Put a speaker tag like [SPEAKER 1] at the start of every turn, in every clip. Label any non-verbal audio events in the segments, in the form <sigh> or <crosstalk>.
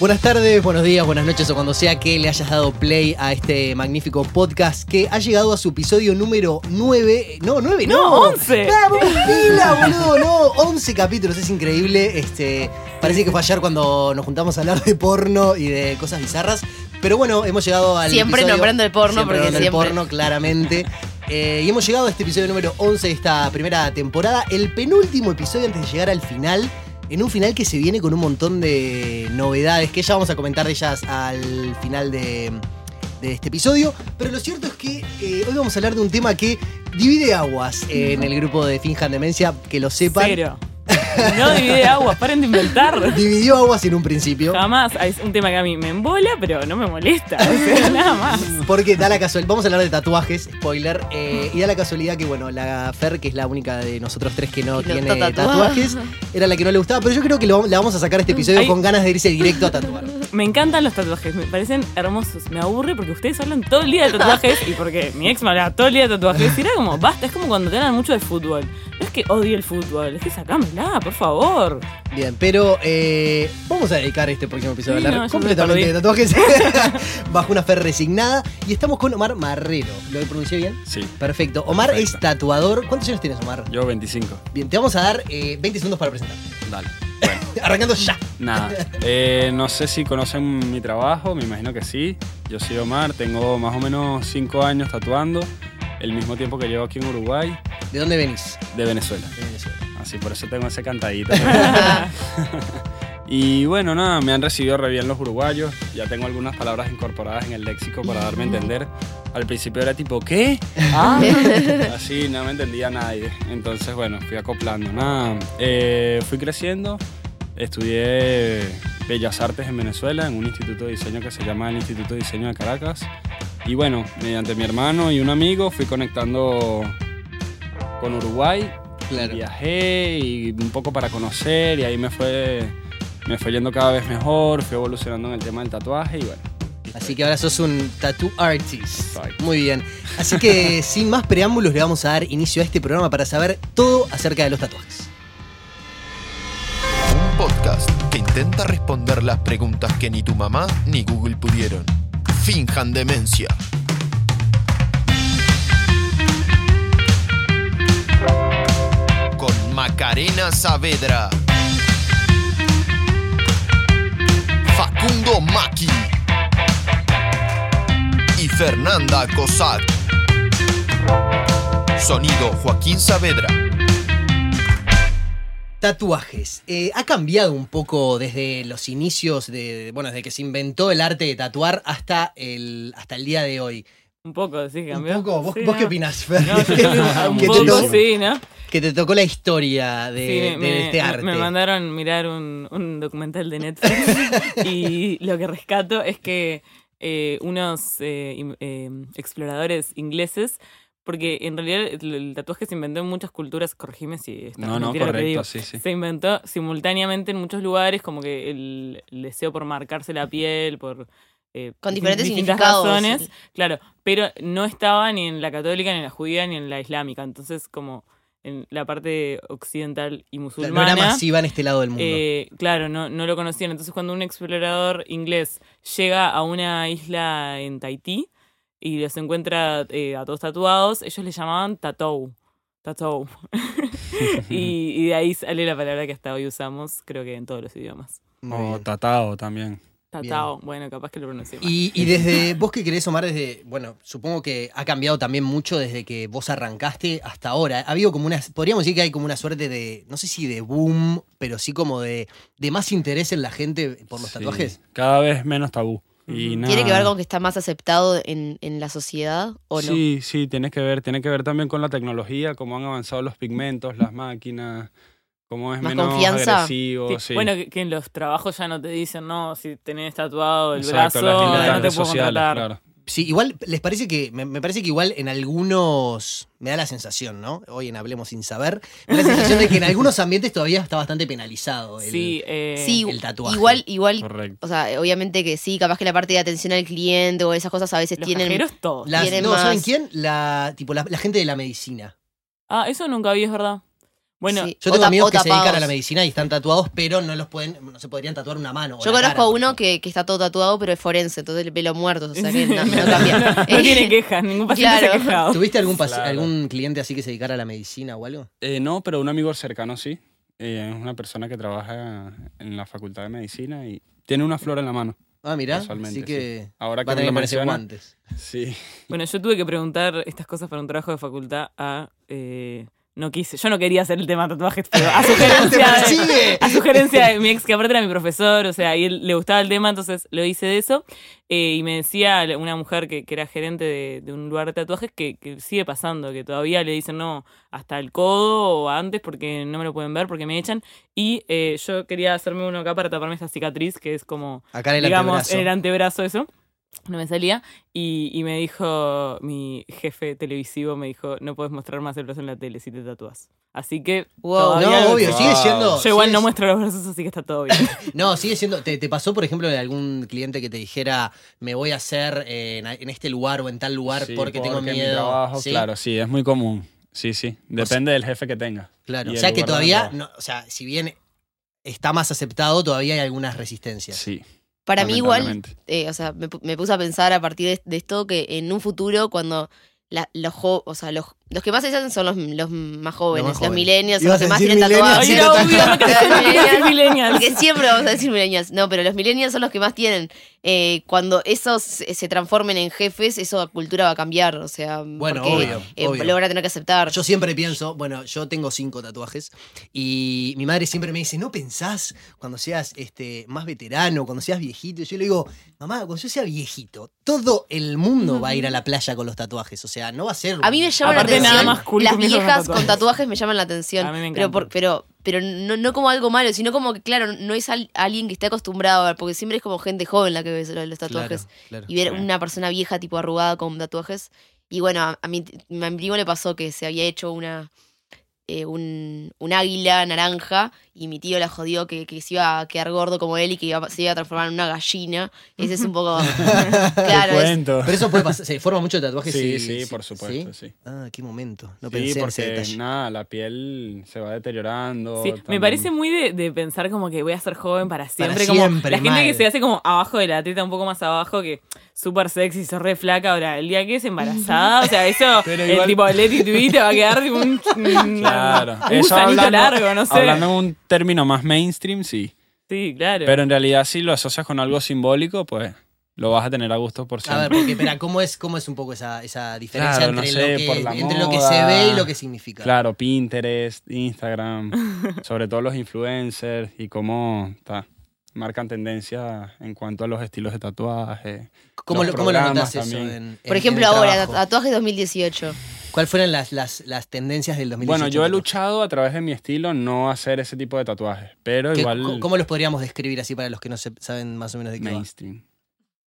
[SPEAKER 1] Buenas tardes, buenos días, buenas noches o cuando sea que le hayas dado play a este magnífico podcast que ha llegado a su episodio número 9. No, 9, no.
[SPEAKER 2] No, 11.
[SPEAKER 1] Vamos, pila, boludo, no. 11 capítulos, es increíble. Este, parece que fue ayer cuando nos juntamos a hablar de porno y de cosas bizarras. Pero bueno, hemos llegado al.
[SPEAKER 3] Siempre
[SPEAKER 1] episodio-
[SPEAKER 3] nombrando el porno,
[SPEAKER 1] siempre
[SPEAKER 3] porque
[SPEAKER 1] nombrando el
[SPEAKER 3] siempre-
[SPEAKER 1] porno, claramente. Eh, y hemos llegado a este episodio número 11 de esta primera temporada, el penúltimo episodio antes de llegar al final. En un final que se viene con un montón de novedades, que ya vamos a comentar de ellas al final de, de este episodio. Pero lo cierto es que eh, hoy vamos a hablar de un tema que divide aguas en el grupo de Finjan Demencia, que lo sepan.
[SPEAKER 2] Cero. No divide aguas, paren de inventar.
[SPEAKER 1] Dividió aguas en un principio.
[SPEAKER 2] Jamás. Es un tema que a mí me embola, pero no me molesta. O sea, nada más.
[SPEAKER 1] Porque da la casualidad, vamos a hablar de tatuajes, spoiler, eh, y da la casualidad que, bueno, la Fer, que es la única de nosotros tres que no
[SPEAKER 3] Que no
[SPEAKER 1] tiene
[SPEAKER 3] está tatuada.
[SPEAKER 1] tatuajes, era la que no le gustaba, pero yo creo que lo- la vamos a sacar este episodio
[SPEAKER 2] Ay.
[SPEAKER 1] con ganas de irse directo a tatuar.
[SPEAKER 2] Me encantan los tatuajes, me parecen hermosos. Me aburre porque ustedes hablan todo el día de tatuajes y porque mi ex me hablaba todo el día de tatuajes. Y era como, basta, es como cuando te hablan mucho de fútbol. No es que odie el fútbol, es que sacámela, por favor.
[SPEAKER 1] Bien, pero eh, vamos a dedicar este próximo episodio
[SPEAKER 2] Sí,
[SPEAKER 1] a hablar
[SPEAKER 2] no, yo
[SPEAKER 1] completamente
[SPEAKER 2] me
[SPEAKER 1] de tatuajes, <laughs> bajo una Fer resignada, y estamos con Omar Marrero. ¿Lo pronuncié bien?
[SPEAKER 4] Sí,
[SPEAKER 1] Perfecto. Omar es
[SPEAKER 4] Perfecto.
[SPEAKER 1] tatuador. ¿Cuántos años tienes, Omar?
[SPEAKER 4] yo 25.
[SPEAKER 1] Bien, te vamos a dar eh, 20 segundos para presentar.
[SPEAKER 4] Dale. Bueno,
[SPEAKER 1] Arrancando ya.
[SPEAKER 4] nada. Eh, no sé si conocen mi trabajo, me imagino que sí. Yo soy Omar, tengo más o menos 5 años tatuando, el mismo tiempo que llevo aquí en Uruguay,
[SPEAKER 1] ¿De dónde venís?
[SPEAKER 4] de Venezuela.
[SPEAKER 1] De Venezuela.
[SPEAKER 4] Así, por eso tengo ese cantadito. <laughs> y bueno, nada, me han recibido re bien los uruguayos. Ya tengo algunas palabras incorporadas en el léxico para darme a entender. Al principio era tipo, ¿qué?
[SPEAKER 2] Ah,
[SPEAKER 4] <laughs> Así no me entendía nadie. Entonces, bueno, fui acoplando. Nada, eh, fui creciendo. Estudié Bellas Artes en Venezuela, en un instituto de diseño que se llama el Instituto de Diseño de Caracas. Y bueno, mediante mi hermano y un amigo fui conectando con Uruguay.
[SPEAKER 1] Claro.
[SPEAKER 4] Viajé y un poco para conocer y ahí me fue, me fue yendo cada vez mejor, fui evolucionando en el tema del tatuaje y bueno.
[SPEAKER 1] Así que ahora sos un tattoo artist.
[SPEAKER 4] Exacto.
[SPEAKER 1] Muy bien. Así
[SPEAKER 4] <laughs>
[SPEAKER 1] que sin más preámbulos le vamos a dar inicio a este programa para saber todo acerca de los tatuajes.
[SPEAKER 5] Un podcast que intenta responder las preguntas que ni tu mamá ni Google pudieron. Finjan demencia. Con Macarena Saavedra. Facundo Maki. Y Fernanda Cossack. Sonido Joaquín Saavedra.
[SPEAKER 1] Tatuajes. Eh, ha cambiado un poco desde los inicios de, bueno, desde que se inventó el arte de tatuar hasta el, hasta el día de hoy.
[SPEAKER 2] un poco, sí,
[SPEAKER 1] Un
[SPEAKER 2] cambió.
[SPEAKER 1] poco, ¿vos,
[SPEAKER 2] Sí,
[SPEAKER 1] vos <laughs> qué
[SPEAKER 2] ¿no?
[SPEAKER 1] opinás, Fer?
[SPEAKER 2] No, yo-
[SPEAKER 1] que,
[SPEAKER 2] un
[SPEAKER 1] te
[SPEAKER 2] poco,
[SPEAKER 1] tocó,
[SPEAKER 2] sí, ¿no?
[SPEAKER 1] que te tocó la historia de,
[SPEAKER 2] Sí,
[SPEAKER 1] de
[SPEAKER 2] me, me-
[SPEAKER 1] este arte.
[SPEAKER 2] me mandaron mirar un, un documental de
[SPEAKER 1] <laughs>
[SPEAKER 2] Netflix y lo que rescato es que eh, unos eh, im- eh, exploradores ingleses, porque en realidad el, el tatuaje se inventó en muchas culturas, corregime si está
[SPEAKER 4] No, no,
[SPEAKER 2] mentira lo que digo.
[SPEAKER 4] correcto, sí, sí.
[SPEAKER 2] Se inventó simultáneamente en muchos lugares, como que el, el deseo por marcarse la piel, por... eh,
[SPEAKER 3] Con
[SPEAKER 2] di-
[SPEAKER 3] diferentes
[SPEAKER 2] distintas
[SPEAKER 3] significados.
[SPEAKER 2] razones, claro, pero no estaba ni en la católica, ni en la judía, ni en la islámica. Entonces, como en la parte occidental y
[SPEAKER 1] Claro,
[SPEAKER 2] musulmana.
[SPEAKER 1] no era masiva en este lado del mundo.
[SPEAKER 2] Eh, claro, no, no lo conocían. Entonces, cuando un explorador inglés llega a una isla en Tahití y los encuentra eh, a todos tatuados, ellos le llamaban tatou. Tatou. <laughs> y, y de ahí sale la palabra que hasta hoy usamos, creo que en todos los idiomas.
[SPEAKER 1] Muy
[SPEAKER 4] O
[SPEAKER 1] bien.
[SPEAKER 4] tatao también.
[SPEAKER 2] Tatao. Bueno, capaz que lo pronuncié mal.
[SPEAKER 1] Y, y desde <laughs> vos que querés, Omar, desde, bueno, supongo que ha cambiado también mucho desde que vos arrancaste hasta ahora. Ha habido como una, podríamos decir que hay como una suerte de, no sé si de boom, pero sí como de, de más interés en la gente por los
[SPEAKER 4] Sí,
[SPEAKER 1] tatuajes.
[SPEAKER 4] Cada vez menos tabú. Y
[SPEAKER 2] Ujú.
[SPEAKER 4] nada.
[SPEAKER 3] ¿Tiene que ver
[SPEAKER 1] Ah.
[SPEAKER 3] con que está más aceptado en, en la sociedad o no?
[SPEAKER 4] Sí, sí, tiene que ver, tiene que ver también con la tecnología, cómo han avanzado los pigmentos, las máquinas, cómo es
[SPEAKER 3] Más
[SPEAKER 4] menos
[SPEAKER 3] confianza.
[SPEAKER 4] agresivo,
[SPEAKER 2] Sí.
[SPEAKER 4] sí.
[SPEAKER 2] Bueno, que, que en los trabajos ya no te dicen, no, si tenés tatuado el
[SPEAKER 4] Exacto, las
[SPEAKER 2] brazo, no te
[SPEAKER 4] limitantes
[SPEAKER 2] puedo
[SPEAKER 4] sociales,
[SPEAKER 2] contratar.
[SPEAKER 4] claro.
[SPEAKER 1] Sí, igual les parece que, me, me parece que igual en algunos, me da la sensación, ¿no? Hoy en Hablemos sin saber, me da la sensación de que en algunos ambientes todavía está bastante penalizado. el-
[SPEAKER 2] Sí, eh,
[SPEAKER 3] Sí,
[SPEAKER 1] el tatuaje.
[SPEAKER 3] igual, igual,
[SPEAKER 4] Correcto.
[SPEAKER 3] o sea, obviamente que sí, capaz que la parte de atención al cliente o esas cosas a veces
[SPEAKER 2] los
[SPEAKER 3] tienen.
[SPEAKER 2] cajeros todos.
[SPEAKER 1] Las-
[SPEAKER 3] Tienen
[SPEAKER 1] no, ¿saben
[SPEAKER 3] más-
[SPEAKER 1] quién? La, tipo, la, la gente de la medicina.
[SPEAKER 2] Ah, eso nunca vi, es verdad. Bueno, <laughs>
[SPEAKER 3] Sí.
[SPEAKER 1] Yo
[SPEAKER 3] O
[SPEAKER 1] tengo
[SPEAKER 3] tap-
[SPEAKER 1] amigos
[SPEAKER 3] o
[SPEAKER 1] que se dedican
[SPEAKER 3] tapados.
[SPEAKER 1] a la medicina y están tatuados, pero no los pueden, no se podrían tatuar una mano. o
[SPEAKER 3] Yo
[SPEAKER 1] la
[SPEAKER 3] conozco
[SPEAKER 1] cara,
[SPEAKER 3] a
[SPEAKER 1] por
[SPEAKER 3] uno
[SPEAKER 1] ejemplo.
[SPEAKER 3] que, que está todo tatuado, pero es forense, todo el pelo muerto, o sea
[SPEAKER 2] <laughs>
[SPEAKER 3] que no, no cambia. Eh,
[SPEAKER 2] no tiene quejas, ningún paciente se ha
[SPEAKER 3] Claro.
[SPEAKER 2] quejado.
[SPEAKER 1] ¿Tuviste algún, paci-
[SPEAKER 4] Claro.
[SPEAKER 1] algún cliente así que se dedicara a la medicina o algo?
[SPEAKER 4] Eh, no, pero un amigo cercano sí. Eh, es una persona que trabaja en la Facultad de Medicina y tiene una flor en la mano.
[SPEAKER 1] Ah, mirá.
[SPEAKER 4] Casualmente,
[SPEAKER 1] Así que.
[SPEAKER 4] Ahora
[SPEAKER 1] Va
[SPEAKER 4] que
[SPEAKER 1] a
[SPEAKER 4] me
[SPEAKER 1] tener
[SPEAKER 4] lo
[SPEAKER 1] que ponerse
[SPEAKER 4] menciona,
[SPEAKER 1] guantes.
[SPEAKER 4] sí.
[SPEAKER 2] Bueno, yo tuve que preguntar estas cosas para un trabajo de facultad a. eh, no quise, yo no quería hacer el tema tatuajes, pero
[SPEAKER 3] <laughs>
[SPEAKER 2] a
[SPEAKER 1] ¡Te
[SPEAKER 2] sugerencia de,
[SPEAKER 1] persigue!
[SPEAKER 2] a
[SPEAKER 1] <laughs>
[SPEAKER 2] sugerencia de mi ex, que aparte era mi profesor, o sea, y él le gustaba el tema, entonces lo hice de eso. Eh, y me decía una mujer que, que era gerente de, de un lugar de tatuajes que, que sigue pasando, que todavía le dicen no hasta el codo o antes porque no me lo pueden ver, porque me echan. Y eh, yo quería hacerme uno acá para taparme esta cicatriz, que es como
[SPEAKER 1] Acá en el
[SPEAKER 2] digamos,
[SPEAKER 1] antebrazo.
[SPEAKER 2] en el antebrazo eso. No me salía. Y, y me dijo, mi jefe televisivo me dijo, no puedes mostrar más el brazo en la tele si te tatúas. Así que...
[SPEAKER 3] Wow.
[SPEAKER 2] todavía-
[SPEAKER 1] No, obvio,
[SPEAKER 4] Wow.
[SPEAKER 1] sigue siendo.
[SPEAKER 2] Yo igual
[SPEAKER 1] sigue-
[SPEAKER 2] no muestro los brazos, así que está todo bien.
[SPEAKER 1] No, sigue siendo. ¿Te, te pasó, por ejemplo, de algún cliente que te dijera, me voy a hacer eh, en, en este lugar o en tal lugar
[SPEAKER 4] Sí,
[SPEAKER 1] porque, tengo
[SPEAKER 4] porque mi
[SPEAKER 1] miedo?
[SPEAKER 4] trabajo,
[SPEAKER 1] ¿Sí?
[SPEAKER 4] Claro, sí, es muy común. Sí, sí. Depende del jefe que tenga.
[SPEAKER 1] Claro.
[SPEAKER 4] Y
[SPEAKER 1] O
[SPEAKER 4] el
[SPEAKER 1] sea que
[SPEAKER 4] lugar
[SPEAKER 1] todavía,
[SPEAKER 4] donde
[SPEAKER 1] no, o sea, si bien está más aceptado, todavía hay algunas resistencias.
[SPEAKER 4] Sí.
[SPEAKER 3] Para mí igual,
[SPEAKER 4] lamentablemente.
[SPEAKER 3] eh, o sea, me, pu- me puse a pensar a partir de, de esto que en un futuro cuando la- los jo- o sea, los, los que más se hacen son los, los más jóvenes, los,
[SPEAKER 1] jóvenes.
[SPEAKER 3] millennials,
[SPEAKER 1] Ibas
[SPEAKER 3] los
[SPEAKER 1] a
[SPEAKER 3] que más
[SPEAKER 1] decir
[SPEAKER 3] tienen tatuados.
[SPEAKER 1] millennials,
[SPEAKER 2] Ay,
[SPEAKER 1] sí,
[SPEAKER 2] no,
[SPEAKER 1] total.
[SPEAKER 2] obvio, no
[SPEAKER 3] <laughs>
[SPEAKER 2] querés ser <laughs> millennials, millennials.
[SPEAKER 3] Porque siempre vamos a decir millennials. No, pero los millennials son los que más tienen. Eh, cuando esos se se transformen en jefes, eso cultura va a cambiar. O sea,
[SPEAKER 1] Bueno,
[SPEAKER 3] porque,
[SPEAKER 1] obvio,
[SPEAKER 3] eh,
[SPEAKER 1] obvio.
[SPEAKER 3] lo van a tener que aceptar.
[SPEAKER 1] Yo siempre pienso, bueno, yo tengo cinco tatuajes y mi madre siempre me dice, ¿no pensás cuando seas este, más veterano, cuando seas viejito? Y yo le digo, mamá, cuando yo sea viejito, todo el mundo va a ir a la playa con los tatuajes, o sea, no va a ser...
[SPEAKER 3] A mí me llama
[SPEAKER 2] Aparte,
[SPEAKER 3] la
[SPEAKER 2] nada
[SPEAKER 3] atención.
[SPEAKER 2] más cool
[SPEAKER 3] las
[SPEAKER 2] que mis
[SPEAKER 3] viejas
[SPEAKER 2] tatuajes.
[SPEAKER 3] con tatuajes me llaman la atención.
[SPEAKER 2] A mí me
[SPEAKER 3] pero,
[SPEAKER 2] encanta.
[SPEAKER 3] por- pero, pero no, no como algo malo, sino como que, claro, no es al- alguien que esté acostumbrado a ver, porque siempre es como gente joven la que ve lo de los tatuajes.
[SPEAKER 1] Claro,
[SPEAKER 3] Y ver
[SPEAKER 4] Sí.
[SPEAKER 3] una persona vieja, tipo arrugada, con tatuajes. Y bueno, a, a mi, a mi primo le pasó que se había hecho una eh, un, un águila naranja y mi tío la jodió que, que se iba a quedar gordo como él y que iba- se iba a transformar en una gallina. Ese es un poco... <laughs>
[SPEAKER 4] Te
[SPEAKER 3] claro, es-
[SPEAKER 4] cuento.
[SPEAKER 1] Pero eso puede pasar, se forma mucho de tatuajes.
[SPEAKER 4] Sí,
[SPEAKER 1] si-
[SPEAKER 4] sí,
[SPEAKER 1] si-
[SPEAKER 4] por supuesto,
[SPEAKER 1] ¿sí?
[SPEAKER 4] sí.
[SPEAKER 1] Ah, qué momento. No pensé
[SPEAKER 4] Sí,
[SPEAKER 1] en ese
[SPEAKER 4] porque
[SPEAKER 1] detalle.
[SPEAKER 4] nada, la piel se va deteriorando.
[SPEAKER 2] Sí, me
[SPEAKER 4] Oh, también.
[SPEAKER 2] parece muy de, de pensar como que voy a ser joven para siempre. como
[SPEAKER 1] siempre,
[SPEAKER 2] la gente
[SPEAKER 1] mal.
[SPEAKER 2] que se hace como abajo de la teta, un poco más abajo, que súper sexy, sos re flaca. Ahora, el día que es embarazada, o sea, eso,
[SPEAKER 4] <laughs> Pero
[SPEAKER 2] el
[SPEAKER 4] igual-
[SPEAKER 2] tipo Leti Tubita va a quedar tipo un, un-
[SPEAKER 4] <laughs> Claro.
[SPEAKER 2] un
[SPEAKER 4] Eso
[SPEAKER 2] gusanito
[SPEAKER 4] hablando-
[SPEAKER 2] largo, no sé.
[SPEAKER 4] Hablando en un término más mainstream, sí.
[SPEAKER 2] Sí, claro.
[SPEAKER 4] Pero en realidad, si lo asocias con algo simbólico, pues lo vas a tener a gusto por
[SPEAKER 1] A ver,
[SPEAKER 4] siempre.
[SPEAKER 1] porque, espera, ¿cómo es, ¿cómo es un poco esa, esa diferencia
[SPEAKER 4] Claro, no
[SPEAKER 1] entre,
[SPEAKER 4] sé,
[SPEAKER 1] lo que,
[SPEAKER 4] por la
[SPEAKER 1] entre lo que se
[SPEAKER 4] moda.
[SPEAKER 1] ve y lo que significa?
[SPEAKER 4] Claro, Pinterest, Instagram, <laughs> sobre todo los influencers y cómo ta, marcan tendencia en cuanto a los estilos de tatuaje.
[SPEAKER 1] ¿Cómo,
[SPEAKER 4] Los
[SPEAKER 1] lo, cómo lo
[SPEAKER 4] programas
[SPEAKER 1] notás eso?
[SPEAKER 4] también.
[SPEAKER 1] en- en-
[SPEAKER 3] Por
[SPEAKER 1] en
[SPEAKER 3] ejemplo,
[SPEAKER 1] el
[SPEAKER 3] ahora,
[SPEAKER 1] trabajo?
[SPEAKER 3] tatuajes 2018.
[SPEAKER 1] ¿Cuáles fueron las, las, las tendencias del 2018?
[SPEAKER 4] Bueno, yo he luchado a través de mi estilo no hacer ese tipo de tatuajes, pero
[SPEAKER 1] ¿Qué-
[SPEAKER 4] igual
[SPEAKER 1] co- ¿Cómo los podríamos describir así para los que no se- saben más o menos de qué va?
[SPEAKER 4] mainstream.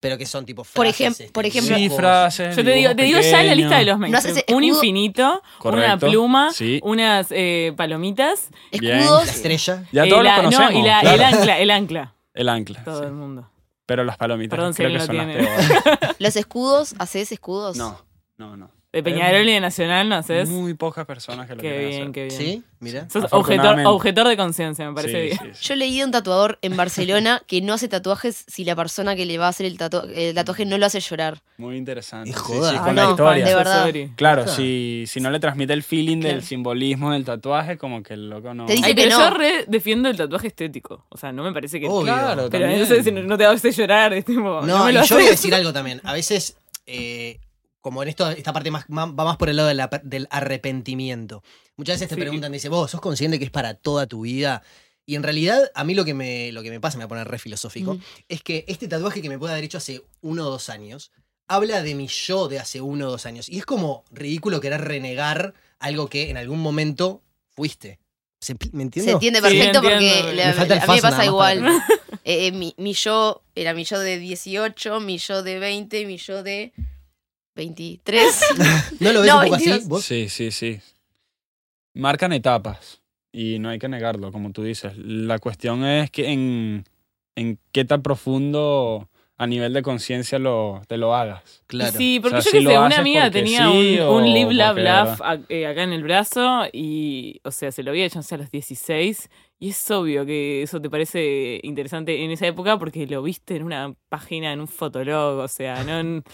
[SPEAKER 1] Pero que son tipo frases.
[SPEAKER 3] Por ejem- por ejemplo-
[SPEAKER 4] Sí,
[SPEAKER 1] dibujos.
[SPEAKER 4] frases,
[SPEAKER 2] Yo te digo, te digo
[SPEAKER 4] dibujos
[SPEAKER 2] ya la lista de
[SPEAKER 4] pequeños.
[SPEAKER 2] los mainstream.
[SPEAKER 3] No haces
[SPEAKER 2] un
[SPEAKER 3] escudo-
[SPEAKER 2] infinito, una
[SPEAKER 4] Correcto,
[SPEAKER 2] pluma,
[SPEAKER 4] sí.
[SPEAKER 2] unas eh, palomitas.
[SPEAKER 4] Bien.
[SPEAKER 1] La <laughs>
[SPEAKER 3] Escudos,
[SPEAKER 1] estrella.
[SPEAKER 4] Ya
[SPEAKER 2] eh,
[SPEAKER 4] todos lo
[SPEAKER 2] la- no,
[SPEAKER 4] conocemos.
[SPEAKER 2] y la- el
[SPEAKER 4] claro.
[SPEAKER 2] ancla, el ancla.
[SPEAKER 4] El ancla.
[SPEAKER 2] Todo
[SPEAKER 4] sí.
[SPEAKER 2] el mundo.
[SPEAKER 4] Pero las palomitas
[SPEAKER 2] Perdón si
[SPEAKER 4] creo que
[SPEAKER 2] alguien
[SPEAKER 4] son
[SPEAKER 2] lo
[SPEAKER 4] las
[SPEAKER 2] tiene.
[SPEAKER 4] peores.
[SPEAKER 3] los escudos, ¿haces escudos?
[SPEAKER 4] No, no, no.
[SPEAKER 2] De Peñarol y de Nacional, ¿no haces?
[SPEAKER 4] Em, Muy pocas personas que lo
[SPEAKER 2] Qué
[SPEAKER 4] quieren
[SPEAKER 2] bien,
[SPEAKER 4] hacer.
[SPEAKER 2] qué bien.
[SPEAKER 1] ¿Sí? Mira.
[SPEAKER 2] Sos objetor,
[SPEAKER 4] Afortunadamente.
[SPEAKER 2] objetor de conciencia, me parece
[SPEAKER 4] Sí,
[SPEAKER 2] bien.
[SPEAKER 4] sí, sí.
[SPEAKER 3] Yo leí de un tatuador en Barcelona que no hace tatuajes si la persona que le va a hacer el, tatua- el tatuaje no lo hace llorar.
[SPEAKER 4] Muy interesante.
[SPEAKER 1] Y
[SPEAKER 4] sí,
[SPEAKER 1] joda.
[SPEAKER 4] sí,
[SPEAKER 1] Ah,
[SPEAKER 4] con
[SPEAKER 3] no,
[SPEAKER 4] la
[SPEAKER 3] de
[SPEAKER 4] historia.
[SPEAKER 3] verdad.
[SPEAKER 2] Sorry.
[SPEAKER 4] Claro,
[SPEAKER 1] Ajá.
[SPEAKER 4] si, si no le transmite el feeling
[SPEAKER 3] Claro.
[SPEAKER 4] del simbolismo del tatuaje, como que el loco no.
[SPEAKER 3] Te dice
[SPEAKER 2] Ay,
[SPEAKER 3] que
[SPEAKER 2] pero
[SPEAKER 3] no.
[SPEAKER 2] yo re defiendo el tatuaje estético. O sea, no me parece que.
[SPEAKER 1] Obvio.
[SPEAKER 4] Claro,
[SPEAKER 2] Pero
[SPEAKER 4] también.
[SPEAKER 2] entonces si no, no te hace llorar, es tipo, Oh, no,
[SPEAKER 1] No,
[SPEAKER 2] me
[SPEAKER 1] y
[SPEAKER 2] lo
[SPEAKER 1] yo voy a
[SPEAKER 2] haces.
[SPEAKER 1] decir algo también. A veces, eh, como en esto, esta parte más, más- va más por el lado de la- del arrepentimiento. Muchas veces te
[SPEAKER 2] Sí.
[SPEAKER 1] preguntan, dice, vos, ¿sos consciente que es para toda tu vida? Y en realidad, a mí lo que me, lo que me pasa, me voy a poner re filosófico,
[SPEAKER 3] Ujú.
[SPEAKER 1] es que este tatuaje que me puede haber hecho hace uno o dos años, habla de mi yo de hace uno o dos años. Y es como ridículo querer renegar algo que en algún momento fuiste. ¿Se pi- ¿Me
[SPEAKER 3] Se
[SPEAKER 1] entiendo?
[SPEAKER 3] entiende
[SPEAKER 2] Sí,
[SPEAKER 3] perfecto
[SPEAKER 2] entiendo.
[SPEAKER 3] porque la-
[SPEAKER 1] Me falta el
[SPEAKER 3] a mí me
[SPEAKER 1] faso nada
[SPEAKER 3] pasa
[SPEAKER 1] más
[SPEAKER 3] igual.
[SPEAKER 1] para-
[SPEAKER 3] <laughs> Eh, eh, mi, mi yo era mi yo de 18, mi yo de 20, mi yo de
[SPEAKER 1] <laughs>
[SPEAKER 3] 23.
[SPEAKER 1] ¿No lo ves
[SPEAKER 3] No,
[SPEAKER 1] un poco así?
[SPEAKER 3] 22.
[SPEAKER 1] ¿Vos?
[SPEAKER 4] Sí, sí, sí. Marcan etapas y no hay que negarlo, como tú dices. La cuestión es que en, en qué tan profundo a nivel de conciencia lo, te lo hagas.
[SPEAKER 1] Claro.
[SPEAKER 2] Sí, porque
[SPEAKER 4] O
[SPEAKER 2] yo
[SPEAKER 4] sea, sí
[SPEAKER 2] qué
[SPEAKER 4] lo
[SPEAKER 2] sé, una
[SPEAKER 4] haces
[SPEAKER 2] amiga
[SPEAKER 4] porque
[SPEAKER 2] tenía
[SPEAKER 4] sí
[SPEAKER 2] un, un
[SPEAKER 4] o
[SPEAKER 2] Live Lab
[SPEAKER 4] porque
[SPEAKER 2] Lab a- eh, acá en el brazo y, o sea, se lo había hecho no sé, a los 16 y es obvio que eso te parece interesante en esa época porque lo viste en una página, en un fotolog, o sea, no... en-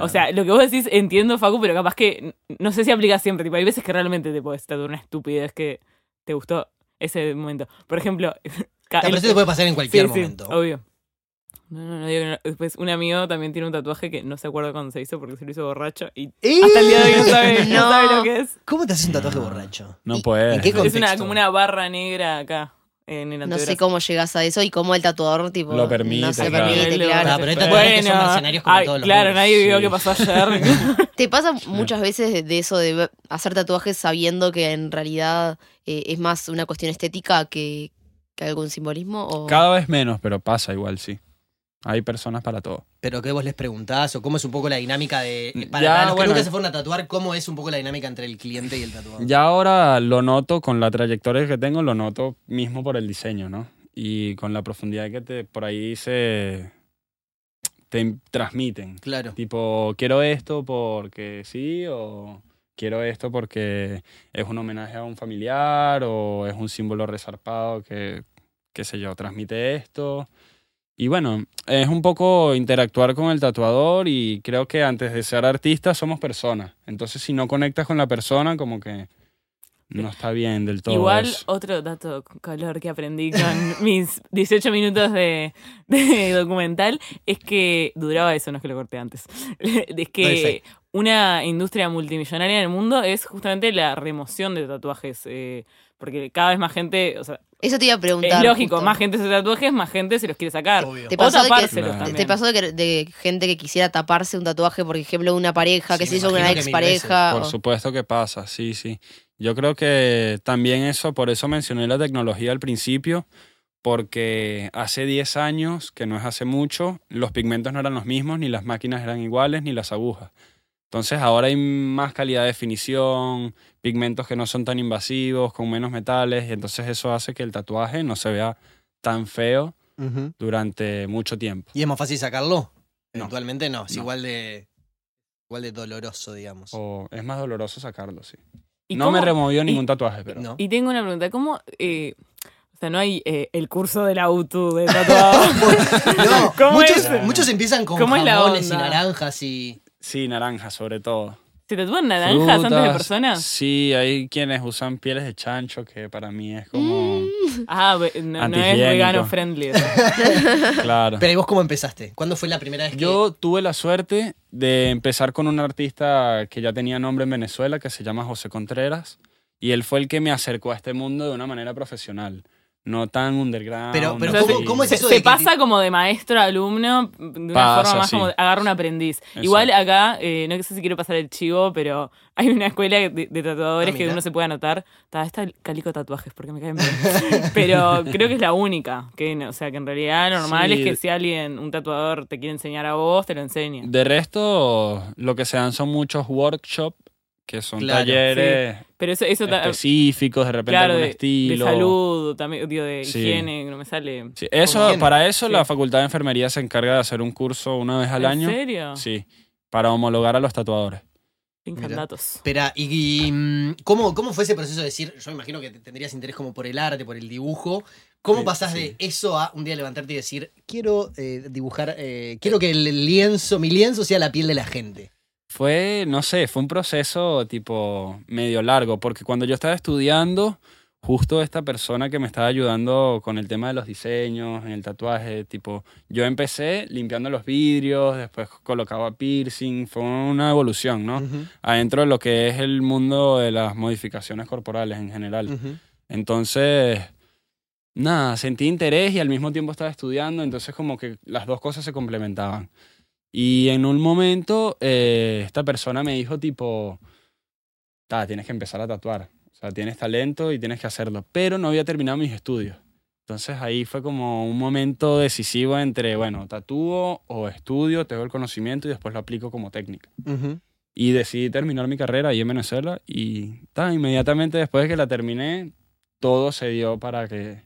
[SPEAKER 2] O sea, lo que vos decís entiendo, Facu, pero capaz que n- no sé si aplica siempre. Tipo, hay veces que realmente te puedes tratar una estupidez que te gustó ese momento. Por ejemplo... <laughs> ca-
[SPEAKER 1] Pero
[SPEAKER 2] el-
[SPEAKER 1] eso te puede pasar en cualquier
[SPEAKER 2] Sí, sí,
[SPEAKER 1] momento.
[SPEAKER 2] obvio. No, no, no, digo que no. Después, un amigo también tiene un tatuaje que no se acuerda cuándo se hizo porque se lo hizo borracho y
[SPEAKER 1] ¡Eh!
[SPEAKER 2] hasta el día de
[SPEAKER 1] <laughs>
[SPEAKER 2] hoy no sabe, no
[SPEAKER 3] No.
[SPEAKER 2] sabe lo que es.
[SPEAKER 1] ¿Cómo te haces un tatuaje
[SPEAKER 4] No.
[SPEAKER 1] borracho?
[SPEAKER 4] No
[SPEAKER 1] ¿Y-
[SPEAKER 4] puedes.
[SPEAKER 1] ¿En qué
[SPEAKER 4] Es una-
[SPEAKER 2] Es
[SPEAKER 1] contexto?
[SPEAKER 2] una, como una barra negra acá en el
[SPEAKER 3] No
[SPEAKER 2] antebrazo.
[SPEAKER 3] sé cómo llegas a eso y cómo el tatuador, tipo.
[SPEAKER 4] Lo permite,
[SPEAKER 3] No se
[SPEAKER 4] claro.
[SPEAKER 3] permite,
[SPEAKER 2] Lo-
[SPEAKER 1] Ah,
[SPEAKER 3] claro.
[SPEAKER 1] pero hay tatuajes que son mercenarios como
[SPEAKER 2] ay,
[SPEAKER 1] todos los
[SPEAKER 2] Claro,
[SPEAKER 1] hombres.
[SPEAKER 2] nadie vio
[SPEAKER 4] Sí.
[SPEAKER 2] qué pasó ayer.
[SPEAKER 1] <laughs>
[SPEAKER 3] ¿Te pasa muchas veces de- de eso de ver- hacer tatuajes sabiendo que en realidad eh, es más una cuestión estética que, que algún simbolismo? O...
[SPEAKER 4] Cada vez menos, pero pasa igual, sí. Hay personas para todo.
[SPEAKER 1] Pero que vos les preguntás o cómo es un poco la dinámica de. eh, Para,
[SPEAKER 4] Ya,
[SPEAKER 1] para los que
[SPEAKER 4] bueno.
[SPEAKER 1] nunca se fueron a tatuar, ¿cómo es un poco la dinámica entre el cliente y el tatuador?
[SPEAKER 4] Ya ahora lo noto con la trayectoria que tengo, lo noto mismo por el diseño, ¿no? Y con la profundidad que te, por ahí se te transmiten.
[SPEAKER 1] Claro.
[SPEAKER 4] Tipo, quiero esto porque sí o quiero esto porque es un homenaje a un familiar o es un símbolo resarpado que, qué sé yo, transmite esto. Y bueno, es un poco interactuar con el tatuador y creo que antes de ser artista somos personas. Entonces, si no conectas con la persona, como que no está bien del todo.
[SPEAKER 2] Igual,
[SPEAKER 4] eso.
[SPEAKER 2] otro dato con color que aprendí
[SPEAKER 4] <laughs>
[SPEAKER 2] con mis 18 minutos de, de documental es que duraba eso, no es que lo corté antes. <laughs> Es que
[SPEAKER 1] Perfecto.
[SPEAKER 2] una industria multimillonaria en el mundo es justamente la remoción de tatuajes. eh, porque cada vez más gente, o sea,
[SPEAKER 3] Eso te iba a
[SPEAKER 2] es
[SPEAKER 3] preguntar.
[SPEAKER 2] lógico,
[SPEAKER 3] justo.
[SPEAKER 2] más gente se hace tatuajes, más gente se los quiere sacar.
[SPEAKER 1] Obvio.
[SPEAKER 3] ¿Te
[SPEAKER 2] O
[SPEAKER 3] pasó, de que,
[SPEAKER 2] tapárselos
[SPEAKER 4] Claro.
[SPEAKER 3] te-
[SPEAKER 2] también.
[SPEAKER 3] te pasó de, que- de gente que quisiera taparse un tatuaje, por ejemplo, una pareja que
[SPEAKER 1] Sí,
[SPEAKER 3] se
[SPEAKER 1] me
[SPEAKER 3] hizo con una
[SPEAKER 1] imagino que mil
[SPEAKER 3] expareja?
[SPEAKER 4] Por
[SPEAKER 3] o-
[SPEAKER 4] supuesto que pasa, sí, sí. Yo creo que también eso, por eso mencioné la tecnología al principio, porque hace 10 años, que no es hace mucho, los pigmentos no eran los mismos, ni las máquinas eran iguales, ni las agujas. Entonces ahora hay más calidad de definición, pigmentos que no son tan invasivos, con menos metales, y entonces eso hace que el tatuaje no se vea tan feo
[SPEAKER 1] Ujú.
[SPEAKER 4] durante mucho tiempo.
[SPEAKER 1] ¿Y es más fácil sacarlo?
[SPEAKER 4] No.
[SPEAKER 1] Eventualmente no. Es
[SPEAKER 4] No. Oh,
[SPEAKER 1] igual de. Igual de doloroso, digamos.
[SPEAKER 4] O es más doloroso sacarlo, sí.
[SPEAKER 2] ¿Y
[SPEAKER 4] No me
[SPEAKER 2] cómo-
[SPEAKER 4] removió ningún tatuaje, pero... <laughs>
[SPEAKER 1] ¿No?
[SPEAKER 2] Y tengo una pregunta, ¿cómo... eh, o sea, no hay eh, el curso de la UTU de
[SPEAKER 4] <laughs>
[SPEAKER 2] tatuados?
[SPEAKER 1] No,
[SPEAKER 2] ¿Cómo
[SPEAKER 1] muchos,
[SPEAKER 2] es?
[SPEAKER 1] muchos empiezan con
[SPEAKER 2] ¿Cómo es la
[SPEAKER 1] jamones y
[SPEAKER 2] onda?
[SPEAKER 1] naranjas y.
[SPEAKER 4] Sí, naranja sobre todo.
[SPEAKER 2] ¿Se tatúan naranjas antes de
[SPEAKER 4] Frutas.
[SPEAKER 2] personas?
[SPEAKER 4] Sí, hay quienes usan pieles de chancho, que para mí es como.
[SPEAKER 2] <laughs> Ah, ve- no, no es
[SPEAKER 4] Antihigiénico.
[SPEAKER 2] vegano friendly. eso.
[SPEAKER 4] Claro.
[SPEAKER 1] Pero ¿y vos cómo empezaste? ¿Cuándo fue la primera vez que.?
[SPEAKER 4] Yo tuve la suerte de empezar con un artista que ya tenía nombre en Venezuela, que se llama José Contreras, y él fue el que me acercó a este mundo de una manera profesional, no tan underground.
[SPEAKER 1] Pero- pero
[SPEAKER 4] así.
[SPEAKER 1] ¿cómo- cómo es
[SPEAKER 2] Se,
[SPEAKER 1] eso
[SPEAKER 2] se
[SPEAKER 1] de que
[SPEAKER 2] pasa como de maestro a alumno de una
[SPEAKER 4] Pasa,
[SPEAKER 2] forma más
[SPEAKER 4] sí.
[SPEAKER 2] como de agarra un aprendiz. Igual acá, eh, no sé si quiero pasar el chivo, pero <laughs> hay una escuela de, de tatuadores
[SPEAKER 1] Ah,
[SPEAKER 2] que
[SPEAKER 1] mira.
[SPEAKER 2] uno se puede anotar. Ta, Está el calico tatuajes porque me caen bien. <laughs> pero creo que es la única. Que, no- o sea, que en realidad lo normal
[SPEAKER 4] Sí.
[SPEAKER 2] es que si alguien, un tatuador, te quiere enseñar a vos, te lo enseña.
[SPEAKER 4] De resto, lo que se dan son muchos workshops, que son
[SPEAKER 1] Claro,
[SPEAKER 4] talleres
[SPEAKER 2] Pero eso, eso ta-
[SPEAKER 4] específicos, de repente
[SPEAKER 2] claro,
[SPEAKER 4] algún
[SPEAKER 2] de, de
[SPEAKER 4] estilo.
[SPEAKER 2] salud, también, digo, de
[SPEAKER 4] Sí.
[SPEAKER 2] higiene, que no me sale.
[SPEAKER 4] Sí, eso,
[SPEAKER 1] Higiene.
[SPEAKER 4] para eso
[SPEAKER 2] Sí.
[SPEAKER 4] la Facultad de Enfermería se encarga de hacer un curso una vez al
[SPEAKER 2] ¿En
[SPEAKER 4] año.
[SPEAKER 2] serio?
[SPEAKER 4] Sí, para homologar a los tatuadores.
[SPEAKER 2] Finjan
[SPEAKER 1] Mira.
[SPEAKER 2] datos.
[SPEAKER 1] Espera, ¿y, y, mm, ¿cómo, cómo fue ese proceso de decir? Yo me imagino que te- tendrías interés como por el arte, por el dibujo. ¿Cómo
[SPEAKER 4] Sí,
[SPEAKER 1] pasás
[SPEAKER 4] sí.
[SPEAKER 1] de eso a un día levantarte y decir, quiero eh, dibujar, eh, quiero que el lienzo, mi lienzo sea la piel de la gente?
[SPEAKER 4] Fue, no sé, fue un proceso tipo medio largo, porque cuando yo estaba estudiando, justo esta persona que me estaba ayudando con el tema de los diseños, en el tatuaje, tipo, yo empecé limpiando los vidrios, después colocaba piercing, fue una evolución, ¿no?
[SPEAKER 1] Ujú,
[SPEAKER 4] Adentro de lo que es el mundo de las modificaciones corporales en general.
[SPEAKER 1] ujú.
[SPEAKER 4] Entonces, nada, sentí interés y al mismo tiempo estaba estudiando, entonces como que las dos cosas se complementaban. Y en un momento eh, esta persona me dijo tipo, "Ta, tienes que empezar a tatuar, o sea, tienes talento y tienes que hacerlo, pero no había terminado mis estudios. Entonces ahí fue como un momento decisivo entre, bueno, tatúo o estudio, tengo el conocimiento y después lo aplico como técnica. Y decidí terminar mi carrera ahí en Venezuela y ta, inmediatamente después de que la terminé, todo se dio para que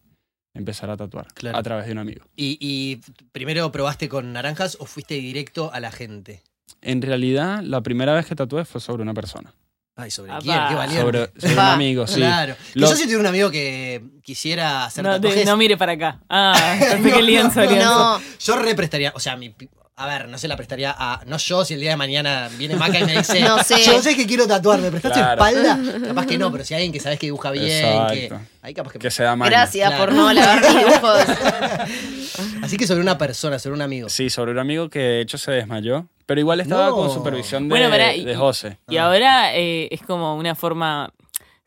[SPEAKER 4] empezar a tatuar
[SPEAKER 1] Claro.
[SPEAKER 4] a través de un amigo.
[SPEAKER 1] ¿Y, y primero probaste con naranjas o fuiste directo a la gente?
[SPEAKER 4] En realidad, la primera vez que tatué fue sobre una persona.
[SPEAKER 1] Ay, ¿sobre
[SPEAKER 2] Apá.
[SPEAKER 1] quién? Qué valiente.
[SPEAKER 4] Sobre, sobre un
[SPEAKER 3] Va.
[SPEAKER 4] amigo, sí.
[SPEAKER 1] Claro.
[SPEAKER 4] Lo-
[SPEAKER 1] Yo si tuviera un amigo que quisiera hacer
[SPEAKER 2] No, te-
[SPEAKER 1] tatuajes,
[SPEAKER 2] no mire para acá.
[SPEAKER 1] <laughs>
[SPEAKER 2] Ah, pensé
[SPEAKER 1] No,
[SPEAKER 2] que lienzo,
[SPEAKER 1] no,
[SPEAKER 2] lienzo.
[SPEAKER 3] No,
[SPEAKER 1] yo represtaría, o sea, mi... pi- A ver, no se la prestaría a. No yo, si el día de mañana viene Maca y me dice.
[SPEAKER 3] <laughs> No sé.
[SPEAKER 1] Yo sé que quiero tatuar, ¿me prestaste
[SPEAKER 3] <laughs>
[SPEAKER 4] Claro.
[SPEAKER 1] espalda? Capaz que no, pero si hay alguien que sabes que dibuja bien, que.
[SPEAKER 4] Exacto.
[SPEAKER 1] Ahí capaz que.
[SPEAKER 4] Que sea más.
[SPEAKER 3] gracias
[SPEAKER 1] Claro.
[SPEAKER 3] por no lavar mis dibujos.
[SPEAKER 1] <laughs> Así que sobre una persona, sobre un amigo.
[SPEAKER 4] Sí, sobre un amigo que de hecho se desmayó. Pero igual estaba
[SPEAKER 1] No.
[SPEAKER 4] con supervisión de,
[SPEAKER 2] Bueno, pará, y-
[SPEAKER 4] de José.
[SPEAKER 2] Y
[SPEAKER 1] Ah.
[SPEAKER 2] ahora eh, es como una forma.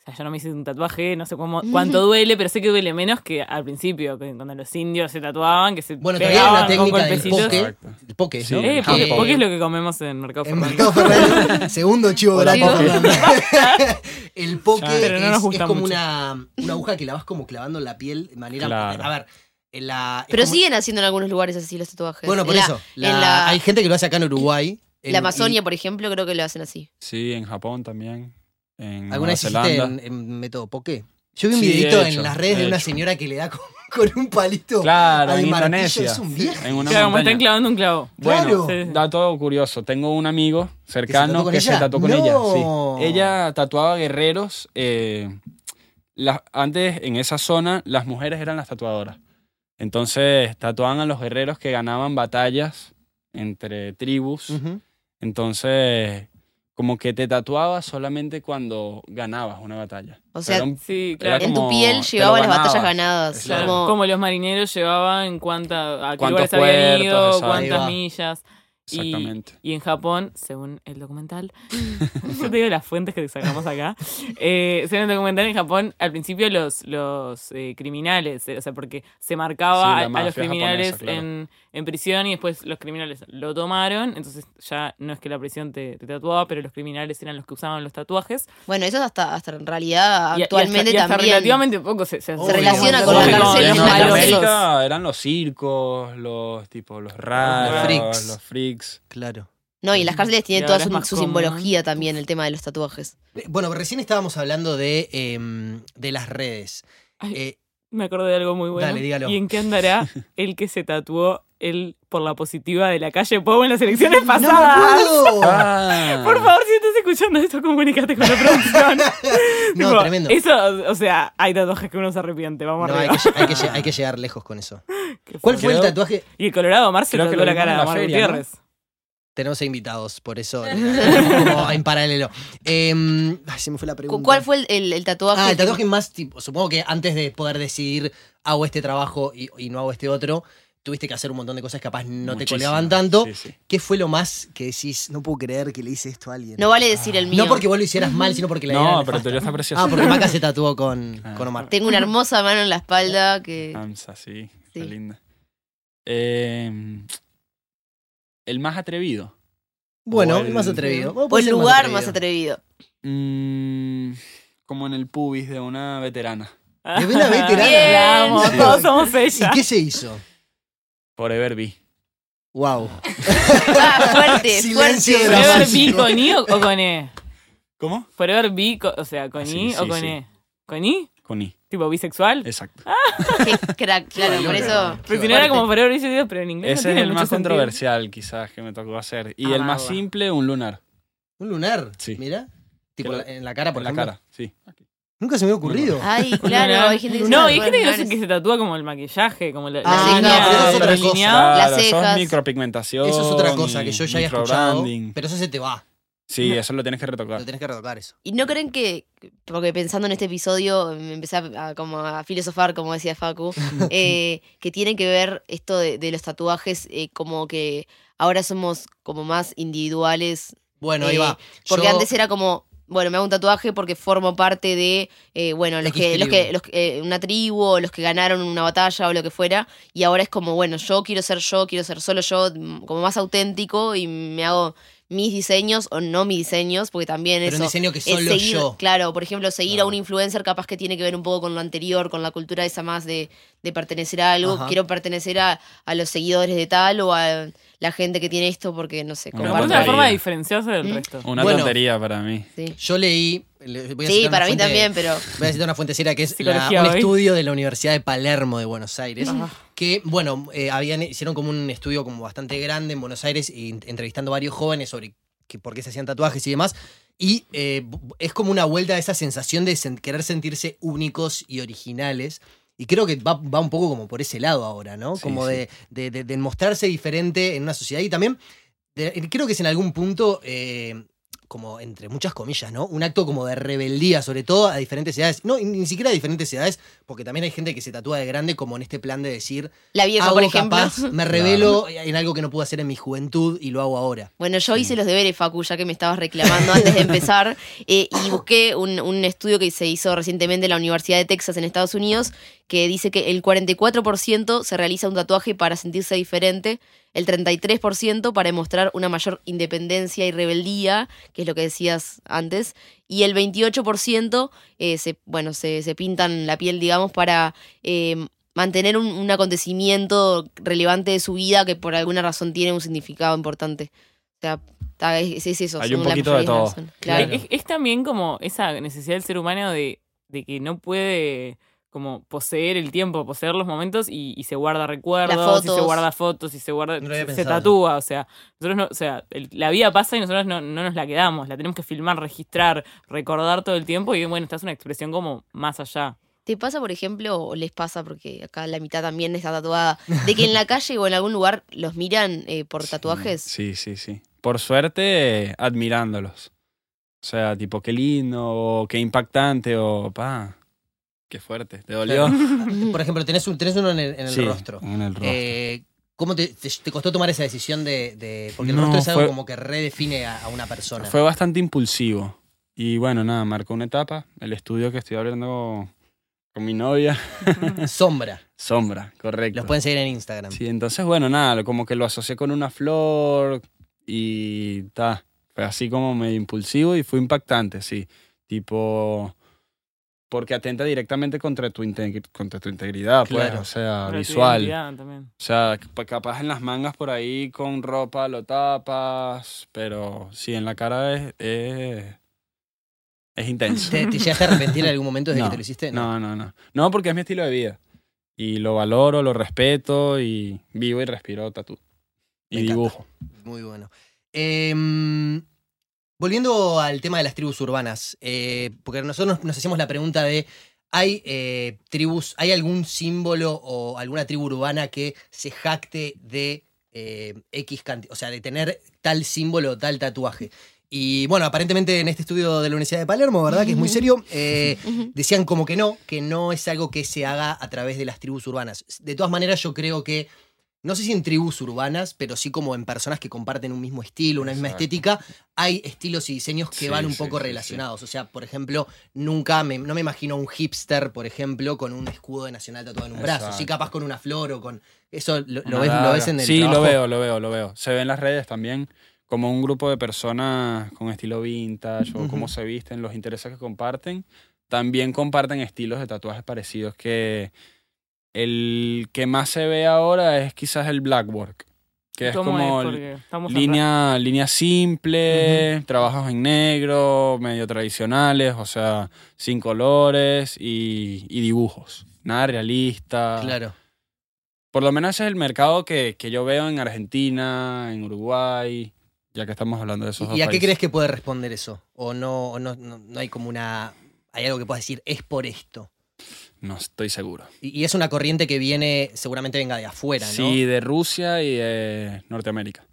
[SPEAKER 2] O sea, yo no me hice un tatuaje, no sé cómo, cuánto duele, pero sé que duele menos que al principio, que cuando los indios se tatuaban, que se
[SPEAKER 1] Bueno, todavía hay
[SPEAKER 2] pegaban
[SPEAKER 1] una
[SPEAKER 2] con
[SPEAKER 1] técnica del
[SPEAKER 2] golpecitos.
[SPEAKER 1] poke.
[SPEAKER 4] Exacto.
[SPEAKER 1] El poke,
[SPEAKER 4] Sí,
[SPEAKER 1] ¿no?
[SPEAKER 2] Eh,
[SPEAKER 4] El
[SPEAKER 2] porque,
[SPEAKER 4] poke.
[SPEAKER 2] porque es lo que comemos en Mercado
[SPEAKER 1] En
[SPEAKER 2] Fernández.
[SPEAKER 1] Mercado
[SPEAKER 3] <laughs>
[SPEAKER 1] Fernández, segundo chivo
[SPEAKER 3] Hola,
[SPEAKER 1] gratis.
[SPEAKER 4] <laughs>
[SPEAKER 1] El poke
[SPEAKER 4] Ya,
[SPEAKER 2] pero no
[SPEAKER 1] es,
[SPEAKER 2] nos gusta
[SPEAKER 1] es como
[SPEAKER 2] mucho.
[SPEAKER 1] una, una aguja que la vas como clavando en la piel de manera.
[SPEAKER 4] Claro.
[SPEAKER 1] A ver, en la. es
[SPEAKER 3] Pero
[SPEAKER 1] como-
[SPEAKER 3] siguen haciendo en algunos lugares así los tatuajes.
[SPEAKER 1] Bueno,
[SPEAKER 3] En
[SPEAKER 1] por
[SPEAKER 3] la-
[SPEAKER 1] eso.
[SPEAKER 3] en
[SPEAKER 1] la-
[SPEAKER 3] la-
[SPEAKER 1] hay gente que lo hace acá en Uruguay. en-
[SPEAKER 3] La Amazonia,
[SPEAKER 1] y-
[SPEAKER 3] por ejemplo, creo que lo hacen así.
[SPEAKER 4] Sí, en Japón también. En
[SPEAKER 1] ¿Alguna
[SPEAKER 4] Nueva
[SPEAKER 1] vez hiciste
[SPEAKER 4] Zelanda.
[SPEAKER 1] en, en método poke? Yo vi un
[SPEAKER 4] Sí,
[SPEAKER 1] videito
[SPEAKER 4] he hecho,
[SPEAKER 1] en las redes
[SPEAKER 4] he
[SPEAKER 1] de una
[SPEAKER 4] hecho.
[SPEAKER 1] señora que le da con, <laughs> con un palito.
[SPEAKER 4] Claro,
[SPEAKER 1] Ay,
[SPEAKER 4] en
[SPEAKER 1] martillo,
[SPEAKER 4] Indonesia.
[SPEAKER 1] es un viejo.
[SPEAKER 4] En una
[SPEAKER 2] Claro, como
[SPEAKER 4] montaña.
[SPEAKER 2] están clavando un clavo.
[SPEAKER 1] Claro.
[SPEAKER 4] Bueno,
[SPEAKER 2] Sí, sí.
[SPEAKER 4] dato curioso. Tengo un amigo cercano
[SPEAKER 1] con
[SPEAKER 4] que se
[SPEAKER 1] ella?
[SPEAKER 4] tatuó con
[SPEAKER 1] ¡No!
[SPEAKER 4] ella. sí. Ella tatuaba guerreros. eh, las- antes, en esa zona, las mujeres eran las tatuadoras. Entonces, tatuaban a los guerreros que ganaban batallas entre tribus.
[SPEAKER 1] Ujú.
[SPEAKER 4] Entonces, como que te tatuabas solamente cuando ganabas una batalla.
[SPEAKER 3] O sea,
[SPEAKER 4] Era un-
[SPEAKER 2] Sí,
[SPEAKER 4] era
[SPEAKER 2] claro.
[SPEAKER 3] en tu
[SPEAKER 4] como-
[SPEAKER 3] piel
[SPEAKER 4] te
[SPEAKER 3] llevaba
[SPEAKER 4] lo
[SPEAKER 3] las batallas
[SPEAKER 4] ganabas.
[SPEAKER 3] ganadas.
[SPEAKER 4] Claro.
[SPEAKER 3] Como,
[SPEAKER 2] Como los marineros llevaban cuánta, a qué
[SPEAKER 4] Cuántos
[SPEAKER 2] lugares habían
[SPEAKER 4] puertos,
[SPEAKER 2] ido,
[SPEAKER 4] exacto.
[SPEAKER 1] Ahí va.
[SPEAKER 2] cuántas millas. Y-
[SPEAKER 4] Exactamente.
[SPEAKER 2] Y, en Japón, según el documental, <laughs> yo te digo las fuentes que sacamos acá, eh, según el documental en Japón, al principio los, los eh, criminales, eh, o sea, porque se
[SPEAKER 4] Sí, la
[SPEAKER 2] marcaba a- a,
[SPEAKER 4] mafia
[SPEAKER 2] los criminales
[SPEAKER 4] japonesa, claro.
[SPEAKER 2] en, en prisión y después los criminales lo tomaron, entonces ya no es que la prisión te, te tatuaba, pero los criminales eran los que usaban los tatuajes.
[SPEAKER 3] Bueno, eso es hasta, hasta en realidad
[SPEAKER 2] Y- y hasta-
[SPEAKER 3] actualmente
[SPEAKER 2] y hasta
[SPEAKER 3] también.
[SPEAKER 2] relativamente poco se, se,
[SPEAKER 1] Se relaciona con
[SPEAKER 2] como-
[SPEAKER 1] la
[SPEAKER 2] como-
[SPEAKER 1] cárcel y
[SPEAKER 2] como-
[SPEAKER 1] los
[SPEAKER 2] como-
[SPEAKER 1] malos.
[SPEAKER 4] América eran los circos, los tipos, los raros,
[SPEAKER 1] freaks.
[SPEAKER 4] los freaks.
[SPEAKER 1] Claro.
[SPEAKER 3] No, y las cárceles
[SPEAKER 2] Y
[SPEAKER 3] tienen
[SPEAKER 2] ahora
[SPEAKER 3] toda
[SPEAKER 2] es
[SPEAKER 3] su,
[SPEAKER 2] más
[SPEAKER 3] su
[SPEAKER 2] común.
[SPEAKER 3] simbología también, el tema de los tatuajes.
[SPEAKER 1] Eh, Bueno, recién estábamos hablando de, em, de las redes.
[SPEAKER 2] Ay.
[SPEAKER 1] Eh,
[SPEAKER 2] Me acuerdo de algo muy bueno.
[SPEAKER 1] Dale, dígalo.
[SPEAKER 2] ¿Y en qué
[SPEAKER 1] <laughs>
[SPEAKER 2] andará el que se tatuó el por la positiva de la calle Pau en las elecciones pasadas?
[SPEAKER 1] ¡No!
[SPEAKER 4] <laughs> Ah.
[SPEAKER 2] por favor, si estás escuchando esto, comunícate con la producción.
[SPEAKER 1] <laughs> No,
[SPEAKER 2] Tipo,
[SPEAKER 1] tremendo.
[SPEAKER 2] Eso, o sea, hay tatuajes que uno se arrepiente. Vamos
[SPEAKER 1] No, hay,
[SPEAKER 2] arriba.
[SPEAKER 1] que, lle- hay que lle- hay que llegar lejos con eso.
[SPEAKER 2] Qué
[SPEAKER 1] ¿Cuál
[SPEAKER 2] fuerte.
[SPEAKER 1] fue el
[SPEAKER 4] Creo-
[SPEAKER 1] tatuaje?
[SPEAKER 2] Y el Colorado Mar se
[SPEAKER 4] Creo que
[SPEAKER 2] tatuó
[SPEAKER 4] lo
[SPEAKER 2] la
[SPEAKER 4] vimos en
[SPEAKER 2] cara de
[SPEAKER 4] la
[SPEAKER 2] Amaro
[SPEAKER 4] feria,
[SPEAKER 2] Gutiérrez.
[SPEAKER 1] <laughs> Tenemos invitados, por eso como en paralelo. Em, ay, se me fue la
[SPEAKER 3] Cu-
[SPEAKER 1] pregunta.
[SPEAKER 3] ¿Cuál fue el, el- el tatuaje?
[SPEAKER 1] Ah, el
[SPEAKER 3] que-
[SPEAKER 1] tatuaje más tipo. Supongo que antes de poder decidir hago este trabajo y, y no hago este otro, tuviste que hacer un montón de cosas que capaz no te
[SPEAKER 4] Muchísimo,
[SPEAKER 1] colgaban tanto.
[SPEAKER 4] sí, sí.
[SPEAKER 1] ¿Qué fue lo más que decís? No puedo creer que le hice esto a alguien.
[SPEAKER 3] No vale decir el mío.
[SPEAKER 1] No porque vos lo hicieras mal, sino porque la idea
[SPEAKER 4] No,
[SPEAKER 1] era
[SPEAKER 4] pero tú
[SPEAKER 1] nefasta.
[SPEAKER 4] ya está precioso.
[SPEAKER 1] Ah, porque <laughs> Maca
[SPEAKER 4] <laughs>
[SPEAKER 1] se tatuó con,
[SPEAKER 4] Ah.
[SPEAKER 1] con Omar.
[SPEAKER 3] Tengo una hermosa mano en la espalda que.
[SPEAKER 2] Ah.
[SPEAKER 4] Hamza, sí,
[SPEAKER 3] Sí.
[SPEAKER 4] qué linda. Eh, el más atrevido.
[SPEAKER 1] Bueno,
[SPEAKER 4] O el-
[SPEAKER 1] más atrevido. Bueno,
[SPEAKER 3] O
[SPEAKER 1] puede
[SPEAKER 3] el
[SPEAKER 1] ser
[SPEAKER 3] lugar más atrevido.
[SPEAKER 4] Mm, como en el pubis de una veterana.
[SPEAKER 1] ¿De veras veterana?
[SPEAKER 2] La amo,
[SPEAKER 1] Bien.
[SPEAKER 2] todos somos ella.
[SPEAKER 1] ¿Y qué se hizo?
[SPEAKER 4] Forever B.
[SPEAKER 1] Wow.
[SPEAKER 3] Ah,
[SPEAKER 1] <laughs>
[SPEAKER 3] fuerte,
[SPEAKER 1] Silencio de
[SPEAKER 3] fuerte.
[SPEAKER 1] la-
[SPEAKER 2] ¿Forever B con I
[SPEAKER 1] <laughs>
[SPEAKER 2] o, o con E?
[SPEAKER 4] ¿Cómo?
[SPEAKER 2] ¿Forever B, co- o sea, con
[SPEAKER 4] Sí,
[SPEAKER 2] I o
[SPEAKER 4] sí,
[SPEAKER 2] con
[SPEAKER 4] sí.
[SPEAKER 2] E? ¿Con I?
[SPEAKER 4] Con I.
[SPEAKER 2] ¿Tipo bisexual?
[SPEAKER 1] Eh,
[SPEAKER 4] Exacto.
[SPEAKER 3] Qué <laughs> crack, claro, por eso.
[SPEAKER 2] Pero si no era
[SPEAKER 3] Fuerte.
[SPEAKER 2] como Forever B, yo digo, pero en inglés no
[SPEAKER 4] Ese es
[SPEAKER 2] tiene
[SPEAKER 4] el
[SPEAKER 2] mucho
[SPEAKER 4] más
[SPEAKER 2] sentido.
[SPEAKER 4] controversial, quizás, que me tocó hacer. Y el
[SPEAKER 2] Ah,
[SPEAKER 4] más
[SPEAKER 2] va.
[SPEAKER 4] simple, un lunar.
[SPEAKER 1] Un lunar.
[SPEAKER 4] Sí.
[SPEAKER 1] Mira. Tipo
[SPEAKER 4] Que lo-
[SPEAKER 1] la- en la cara, por
[SPEAKER 4] Por la
[SPEAKER 1] ejemplo.
[SPEAKER 4] cara, sí.
[SPEAKER 1] Nunca se me había ocurrido.
[SPEAKER 2] <laughs>
[SPEAKER 3] Ay,
[SPEAKER 2] Lunar.
[SPEAKER 3] claro, hay gente que se
[SPEAKER 2] No,
[SPEAKER 3] tatúa
[SPEAKER 2] hay gente que, no
[SPEAKER 3] lunares.
[SPEAKER 2] se, que se tatúa como el maquillaje, como la,
[SPEAKER 1] Ah,
[SPEAKER 2] la
[SPEAKER 3] no,
[SPEAKER 2] línea,
[SPEAKER 3] pero eso es
[SPEAKER 2] el
[SPEAKER 1] otra cosa.
[SPEAKER 2] delineado.
[SPEAKER 3] Las
[SPEAKER 4] eso es
[SPEAKER 3] cejas.
[SPEAKER 4] micropigmentación.
[SPEAKER 1] Ah. Eso es otra cosa que yo ya había escuchado.
[SPEAKER 4] microbranding.
[SPEAKER 1] Pero eso se te va.
[SPEAKER 4] Sí, eso lo tienes que retocar.
[SPEAKER 1] Lo tenés que retocar eso.
[SPEAKER 3] ¿Y no creen que, porque pensando en este episodio me empecé a, a como a filosofar, como
[SPEAKER 2] <laughs>
[SPEAKER 3] decía Facu, eh, que tiene que ver esto de, de los tatuajes, eh, como que ahora somos como más individuales,
[SPEAKER 1] Bueno, ahí
[SPEAKER 3] Eh,
[SPEAKER 1] va.
[SPEAKER 3] porque
[SPEAKER 1] Yo-
[SPEAKER 3] antes era como, bueno, me hago un tatuaje porque formo parte de, eh, bueno, los
[SPEAKER 1] X
[SPEAKER 3] que, los que,
[SPEAKER 1] tribu.
[SPEAKER 3] los que- eh, una tribu, o los que ganaron una batalla o lo que fuera, y ahora es como, bueno, yo quiero ser yo, quiero ser solo yo, mm, como más auténtico y me hago mis diseños o no mis diseños, porque también
[SPEAKER 1] Pero
[SPEAKER 3] eso
[SPEAKER 1] un diseño que
[SPEAKER 3] es
[SPEAKER 1] solo
[SPEAKER 3] seguir-
[SPEAKER 1] yo.
[SPEAKER 3] Claro, por ejemplo, seguir
[SPEAKER 1] Claro.
[SPEAKER 3] a un influencer capaz que tiene que ver un poco con lo anterior, con la cultura esa más de, de pertenecer a algo.
[SPEAKER 1] Ajá.
[SPEAKER 3] Quiero pertenecer a, a los seguidores de tal o a la gente que tiene esto porque, no sé,
[SPEAKER 4] Una
[SPEAKER 2] Pero aparte es
[SPEAKER 3] comparto
[SPEAKER 2] una
[SPEAKER 4] tontería.
[SPEAKER 2] forma de diferenciarse del
[SPEAKER 3] ¿Mm?
[SPEAKER 2] resto. Eh,
[SPEAKER 4] Una
[SPEAKER 1] Bueno.
[SPEAKER 4] tontería para mí.
[SPEAKER 3] Sí.
[SPEAKER 1] Yo leí le- voy a
[SPEAKER 3] Sí,
[SPEAKER 1] citar una
[SPEAKER 3] para mí
[SPEAKER 1] fuente-
[SPEAKER 3] también, pero
[SPEAKER 1] Voy a citar una fuente seria que es la-
[SPEAKER 2] Psicología
[SPEAKER 1] un
[SPEAKER 2] hoy. Ah.
[SPEAKER 1] estudio de la Universidad de Palermo de Buenos Aires.
[SPEAKER 2] Ajá.
[SPEAKER 1] Que, bueno, eh, habían, hicieron como un estudio como bastante grande en Buenos Aires y ent- entrevistando varios jóvenes sobre que- por qué se hacían tatuajes y demás. Y eh, bu- es como una vuelta a esa sensación de sen- querer sentirse únicos y originales. Y creo que va, va un poco como por ese lado ahora, ¿no?
[SPEAKER 4] Sí,
[SPEAKER 1] como
[SPEAKER 4] sí.
[SPEAKER 1] De, de- de- de mostrarse diferente en una sociedad. Y también de- creo que es en algún punto, eh, como entre muchas comillas, ¿no? Un acto como de rebeldía, sobre todo a diferentes edades. No, y ni siquiera a diferentes edades, porque también hay gente que se tatúa de grande, como en este plan de decir,
[SPEAKER 3] la vieja,
[SPEAKER 1] hago
[SPEAKER 3] por ejemplo.
[SPEAKER 1] capaz, me revelo en algo que no pude hacer en mi juventud y lo hago ahora.
[SPEAKER 3] <laughs> Bueno, yo hice los deberes, Facu, ya que me estabas reclamando antes de empezar, eh, y busqué un, un estudio que se hizo recientemente en la Universidad de Texas en Estados Unidos, que dice que el 44% se realiza un tatuaje para sentirse diferente, el 33% para demostrar una mayor independencia y rebeldía, que es lo que decías antes, y el 28% eh, se, bueno, se, se pintan la piel, digamos, para... eh, mantener un- un acontecimiento relevante de su vida que por alguna razón tiene un significado importante. O sea, ta- es, es eso.
[SPEAKER 4] Hay
[SPEAKER 3] son
[SPEAKER 4] un
[SPEAKER 3] la
[SPEAKER 4] poquito de
[SPEAKER 3] mayoría
[SPEAKER 4] todo.
[SPEAKER 3] razón. Claro.
[SPEAKER 1] Claro.
[SPEAKER 2] Es, es también como esa necesidad del ser humano de, de que no puede como poseer el tiempo, poseer los momentos y, y se guarda recuerdos, y se
[SPEAKER 3] fotos.
[SPEAKER 2] guarda fotos, y se guarda,
[SPEAKER 1] No lo había
[SPEAKER 2] se, se
[SPEAKER 1] pensado.
[SPEAKER 2] tatúa, o sea, nosotros no, o sea, el- la vida pasa y nosotros no, no nos la quedamos, la tenemos que filmar, registrar, recordar todo el tiempo y bueno, esta es una expresión como más allá.
[SPEAKER 3] ¿Te pasa, por ejemplo, o les pasa, porque acá la mitad también está tatuada, de que
[SPEAKER 1] <laughs>
[SPEAKER 3] en la calle o en algún lugar los miran eh, por tatuajes?
[SPEAKER 4] Sí, sí, sí. Por suerte, eh, admirándolos. O sea, tipo, qué lindo, o qué impactante, o pa, qué fuerte, te dolió.
[SPEAKER 1] Por ejemplo, tenés, un, tenés uno en el, en el
[SPEAKER 4] Sí,
[SPEAKER 1] rostro.
[SPEAKER 4] En el rostro.
[SPEAKER 1] Eh, ¿Cómo te, te- te costó tomar esa decisión de...? de- porque el
[SPEAKER 4] No,
[SPEAKER 1] rostro es algo
[SPEAKER 4] fue-
[SPEAKER 1] como que redefine a, a una persona.
[SPEAKER 4] Fue bastante impulsivo. Y bueno, nada, marcó una etapa. El estudio que estoy hablando con mi novia, <laughs>
[SPEAKER 1] Sombra.
[SPEAKER 4] Sombra, correcto.
[SPEAKER 1] Los pueden seguir en Instagram.
[SPEAKER 4] Sí, entonces, bueno, nada, lo- como que lo asocié con una flor y ta. Fue así como medio impulsivo y fue impactante, sí. Tipo, porque atenta directamente contra tu, inte- contra tu integridad, pues,
[SPEAKER 1] Claro.
[SPEAKER 4] o sea,
[SPEAKER 2] Pero tu
[SPEAKER 4] visual.
[SPEAKER 2] identidad también.
[SPEAKER 4] O sea, pa- capaz en las mangas por ahí con ropa lo tapas, pero sí, en la cara es, es, es intenso.
[SPEAKER 1] ¿Te, te llegaste a arrepentir en algún momento desde que te lo hiciste?
[SPEAKER 4] No, no, no. No, porque es mi estilo de vida. Y lo valoro, lo respeto y vivo y respiro tatú. Y
[SPEAKER 1] Me encanta.
[SPEAKER 4] dibujo.
[SPEAKER 1] Muy bueno. Em, volviendo al tema de las tribus urbanas, eh, porque nosotros nos, nos hacíamos la pregunta de, ¿hay eh, tribus, hay algún símbolo o alguna tribu urbana que se jacte de eh, X cantidad, o sea, de tener tal símbolo o tal tatuaje? Y bueno, aparentemente en este estudio de la Universidad de Palermo, ¿verdad? Que es muy serio, eh,
[SPEAKER 3] Ujú.
[SPEAKER 1] decían como que no, que no es algo que se haga a través de las tribus urbanas. De todas maneras, yo creo que, no sé si en tribus urbanas, pero sí como en personas que comparten un mismo estilo, una misma
[SPEAKER 4] Exacto.
[SPEAKER 1] estética, hay estilos y diseños que
[SPEAKER 4] Sí,
[SPEAKER 1] van un
[SPEAKER 4] sí,
[SPEAKER 1] poco
[SPEAKER 4] sí, sí.
[SPEAKER 1] relacionados. O sea, por ejemplo, nunca, me- no me imagino un hipster, por ejemplo, con un escudo de Nacional tatuado en un brazo. Sí,
[SPEAKER 4] Exacto.
[SPEAKER 1] capaz con una flor o con... Eso lo, lo
[SPEAKER 4] Una
[SPEAKER 1] ves, lo
[SPEAKER 4] daga.
[SPEAKER 1] ves en el
[SPEAKER 4] Sí,
[SPEAKER 1] trabajo?
[SPEAKER 4] lo veo, lo veo, lo veo. Se ve en las redes también como un grupo de personas con estilo vintage o
[SPEAKER 1] Ujú.
[SPEAKER 4] cómo se visten, los intereses que comparten. También comparten estilos de tatuajes parecidos que el que más se ve ahora es quizás el blackwork, que es
[SPEAKER 2] ¿Cómo
[SPEAKER 4] como
[SPEAKER 2] es?
[SPEAKER 4] el-
[SPEAKER 2] Porque estamos en
[SPEAKER 4] Línea, línea simple, trabajos en negro, medio tradicionales, o sea, sin colores y, y dibujos. Nada realista.
[SPEAKER 1] Claro.
[SPEAKER 4] Por lo menos ese es el mercado que, que yo veo en Argentina, en Uruguay, ya que estamos hablando de esos dos
[SPEAKER 1] ¿Y a qué
[SPEAKER 4] países.
[SPEAKER 1] crees que puede responder eso? ¿O no, o no, no- no hay como una... Hay algo que puedas decir, es por esto?
[SPEAKER 4] No estoy seguro.
[SPEAKER 1] Y y es una corriente que viene, seguramente venga de afuera, ¿no?
[SPEAKER 4] Sí, de Rusia y de Norteamérica.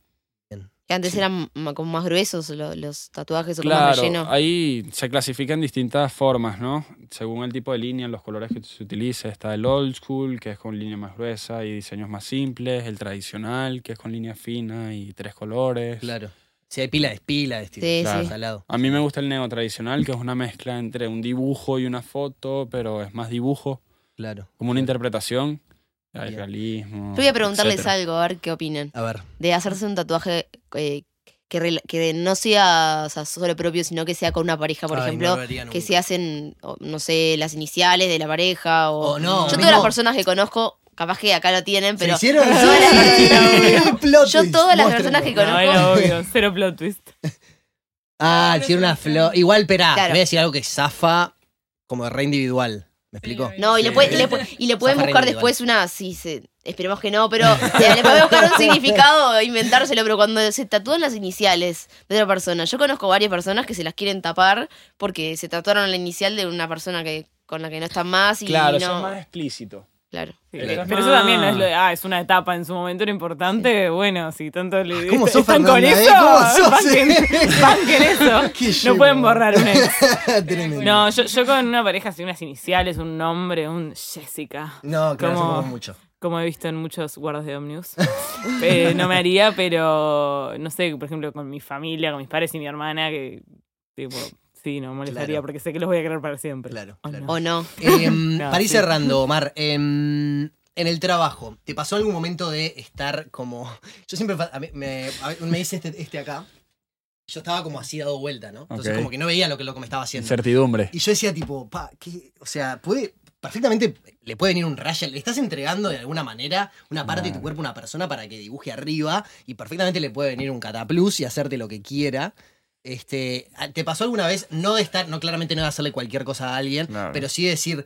[SPEAKER 3] Que antes
[SPEAKER 4] Sí.
[SPEAKER 3] eran ma- como más gruesos lo- los tatuajes o como más
[SPEAKER 4] Claro,
[SPEAKER 3] relleno.
[SPEAKER 4] ahí se clasifican distintas formas, ¿no? Según el tipo de línea, los colores que se utilice. Está el old school, que es con línea más gruesa y diseños más simples. El tradicional, que es con línea fina y tres colores.
[SPEAKER 1] Claro. Si hay pila, es pila de estilo.
[SPEAKER 3] Sí,
[SPEAKER 4] Claro.
[SPEAKER 3] sí.
[SPEAKER 1] Al
[SPEAKER 2] Ah.
[SPEAKER 1] lado.
[SPEAKER 4] A mí me gusta el neo tradicional, que es una mezcla entre un dibujo y una foto, pero es más dibujo,
[SPEAKER 1] Claro.
[SPEAKER 4] como una interpretación. Hay
[SPEAKER 1] Bien.
[SPEAKER 4] realismo.
[SPEAKER 3] Yo voy a preguntarles
[SPEAKER 4] etcétera.
[SPEAKER 3] algo, a ver qué opinan.
[SPEAKER 1] A ver.
[SPEAKER 3] De hacerse un tatuaje eh, que, rela- que no sea o sea, solo propio, sino que sea con una pareja, por
[SPEAKER 1] Ay,
[SPEAKER 3] ejemplo.
[SPEAKER 1] no lo haría
[SPEAKER 3] que
[SPEAKER 1] nunca.
[SPEAKER 3] se hacen, o, no sé, las iniciales de la pareja o...
[SPEAKER 1] O Oh, no,
[SPEAKER 3] yo
[SPEAKER 1] mismo-
[SPEAKER 3] todas las personas que conozco, capaz que acá lo tienen,
[SPEAKER 1] ¿Se
[SPEAKER 3] pero...
[SPEAKER 1] hicieron?
[SPEAKER 3] <laughs> todas
[SPEAKER 1] <laughs> Sí,
[SPEAKER 3] las personas-
[SPEAKER 1] plot
[SPEAKER 3] Yo
[SPEAKER 1] twist.
[SPEAKER 3] todas las
[SPEAKER 1] Muéstrenlo.
[SPEAKER 3] personas que
[SPEAKER 2] No,
[SPEAKER 3] conozco-
[SPEAKER 2] era obvio, cero plot twist.
[SPEAKER 1] Ah,
[SPEAKER 2] Claro,
[SPEAKER 1] tiene una
[SPEAKER 2] sí, sí.
[SPEAKER 1] flor. Igual, perá,
[SPEAKER 3] Claro.
[SPEAKER 1] voy a decir algo que zafa como re individual. ¿Me explico? <laughs>
[SPEAKER 3] No, y le,
[SPEAKER 4] Sí.
[SPEAKER 3] puede- le pu- y le pueden
[SPEAKER 1] Zafarrino igual.
[SPEAKER 3] buscar después una, sí, se- esperemos que no, pero eh, le pueden buscar
[SPEAKER 4] <laughs>
[SPEAKER 3] un significado, e inventárselo, pero cuando se tatúan las iniciales de otra persona, yo conozco varias personas que se las quieren tapar porque se tatuaron la inicial de una persona que con la que no están más y
[SPEAKER 4] Claro, eso es más
[SPEAKER 3] no,
[SPEAKER 4] explícito.
[SPEAKER 3] claro.
[SPEAKER 2] Sí,
[SPEAKER 4] Pero
[SPEAKER 2] Pero
[SPEAKER 4] es
[SPEAKER 2] eso
[SPEAKER 4] más-
[SPEAKER 2] también es lo de, ah, es una etapa en su momento, era importante. Bueno, si tanto le
[SPEAKER 1] Ah, ¿Cómo sos,
[SPEAKER 2] están con
[SPEAKER 1] Fernanda, eh?
[SPEAKER 2] eso,
[SPEAKER 1] ¿Cómo sos,
[SPEAKER 2] <laughs> banquen,
[SPEAKER 1] eh?
[SPEAKER 2] banquen
[SPEAKER 1] <laughs> Qué
[SPEAKER 2] eso.
[SPEAKER 1] lleno.
[SPEAKER 2] No pueden borrar un ex.
[SPEAKER 1] <laughs> Tremendo.
[SPEAKER 2] No, yo, yo con una pareja así, unas iniciales, un nombre, un Jessica,
[SPEAKER 1] No, claro,
[SPEAKER 2] Como-
[SPEAKER 1] somos mucho.
[SPEAKER 2] como he visto en muchos guardas de
[SPEAKER 1] <laughs>
[SPEAKER 2] Omnius. Eh, no me haría, pero no sé, por ejemplo, con mi familia, con mis padres y mi hermana, que tipo, sí, no me molestaría
[SPEAKER 1] Claro.
[SPEAKER 2] porque sé que los voy a querer para siempre.
[SPEAKER 1] Claro,
[SPEAKER 2] ¿O
[SPEAKER 1] claro.
[SPEAKER 2] Oh, no?
[SPEAKER 3] O no.
[SPEAKER 2] <laughs>
[SPEAKER 1] Em,
[SPEAKER 2] No,
[SPEAKER 1] para ir
[SPEAKER 2] sí.
[SPEAKER 1] cerrando, Omar, em, en el trabajo, ¿te pasó algún momento de estar como. Yo siempre. fa- a mí- me, a mí- me hice este, este acá. Yo estaba como así dado vuelta, ¿no? Entonces,
[SPEAKER 4] Ok.
[SPEAKER 1] como que no veía lo que loco me estaba haciendo.
[SPEAKER 4] Incertidumbre.
[SPEAKER 1] Y yo decía, tipo, pa, ¿qué? O sea, puede. Perfectamente le puede venir un raya. Le estás entregando de alguna manera una parte de tu
[SPEAKER 4] Claro.
[SPEAKER 1] cuerpo a una persona para que dibuje arriba. Y perfectamente le puede venir un cataplus y hacerte lo que quiera. Este, ¿Te pasó alguna vez no de estar, no claramente no de hacerle cualquier cosa a alguien,
[SPEAKER 4] Claro.
[SPEAKER 1] pero sí de decir,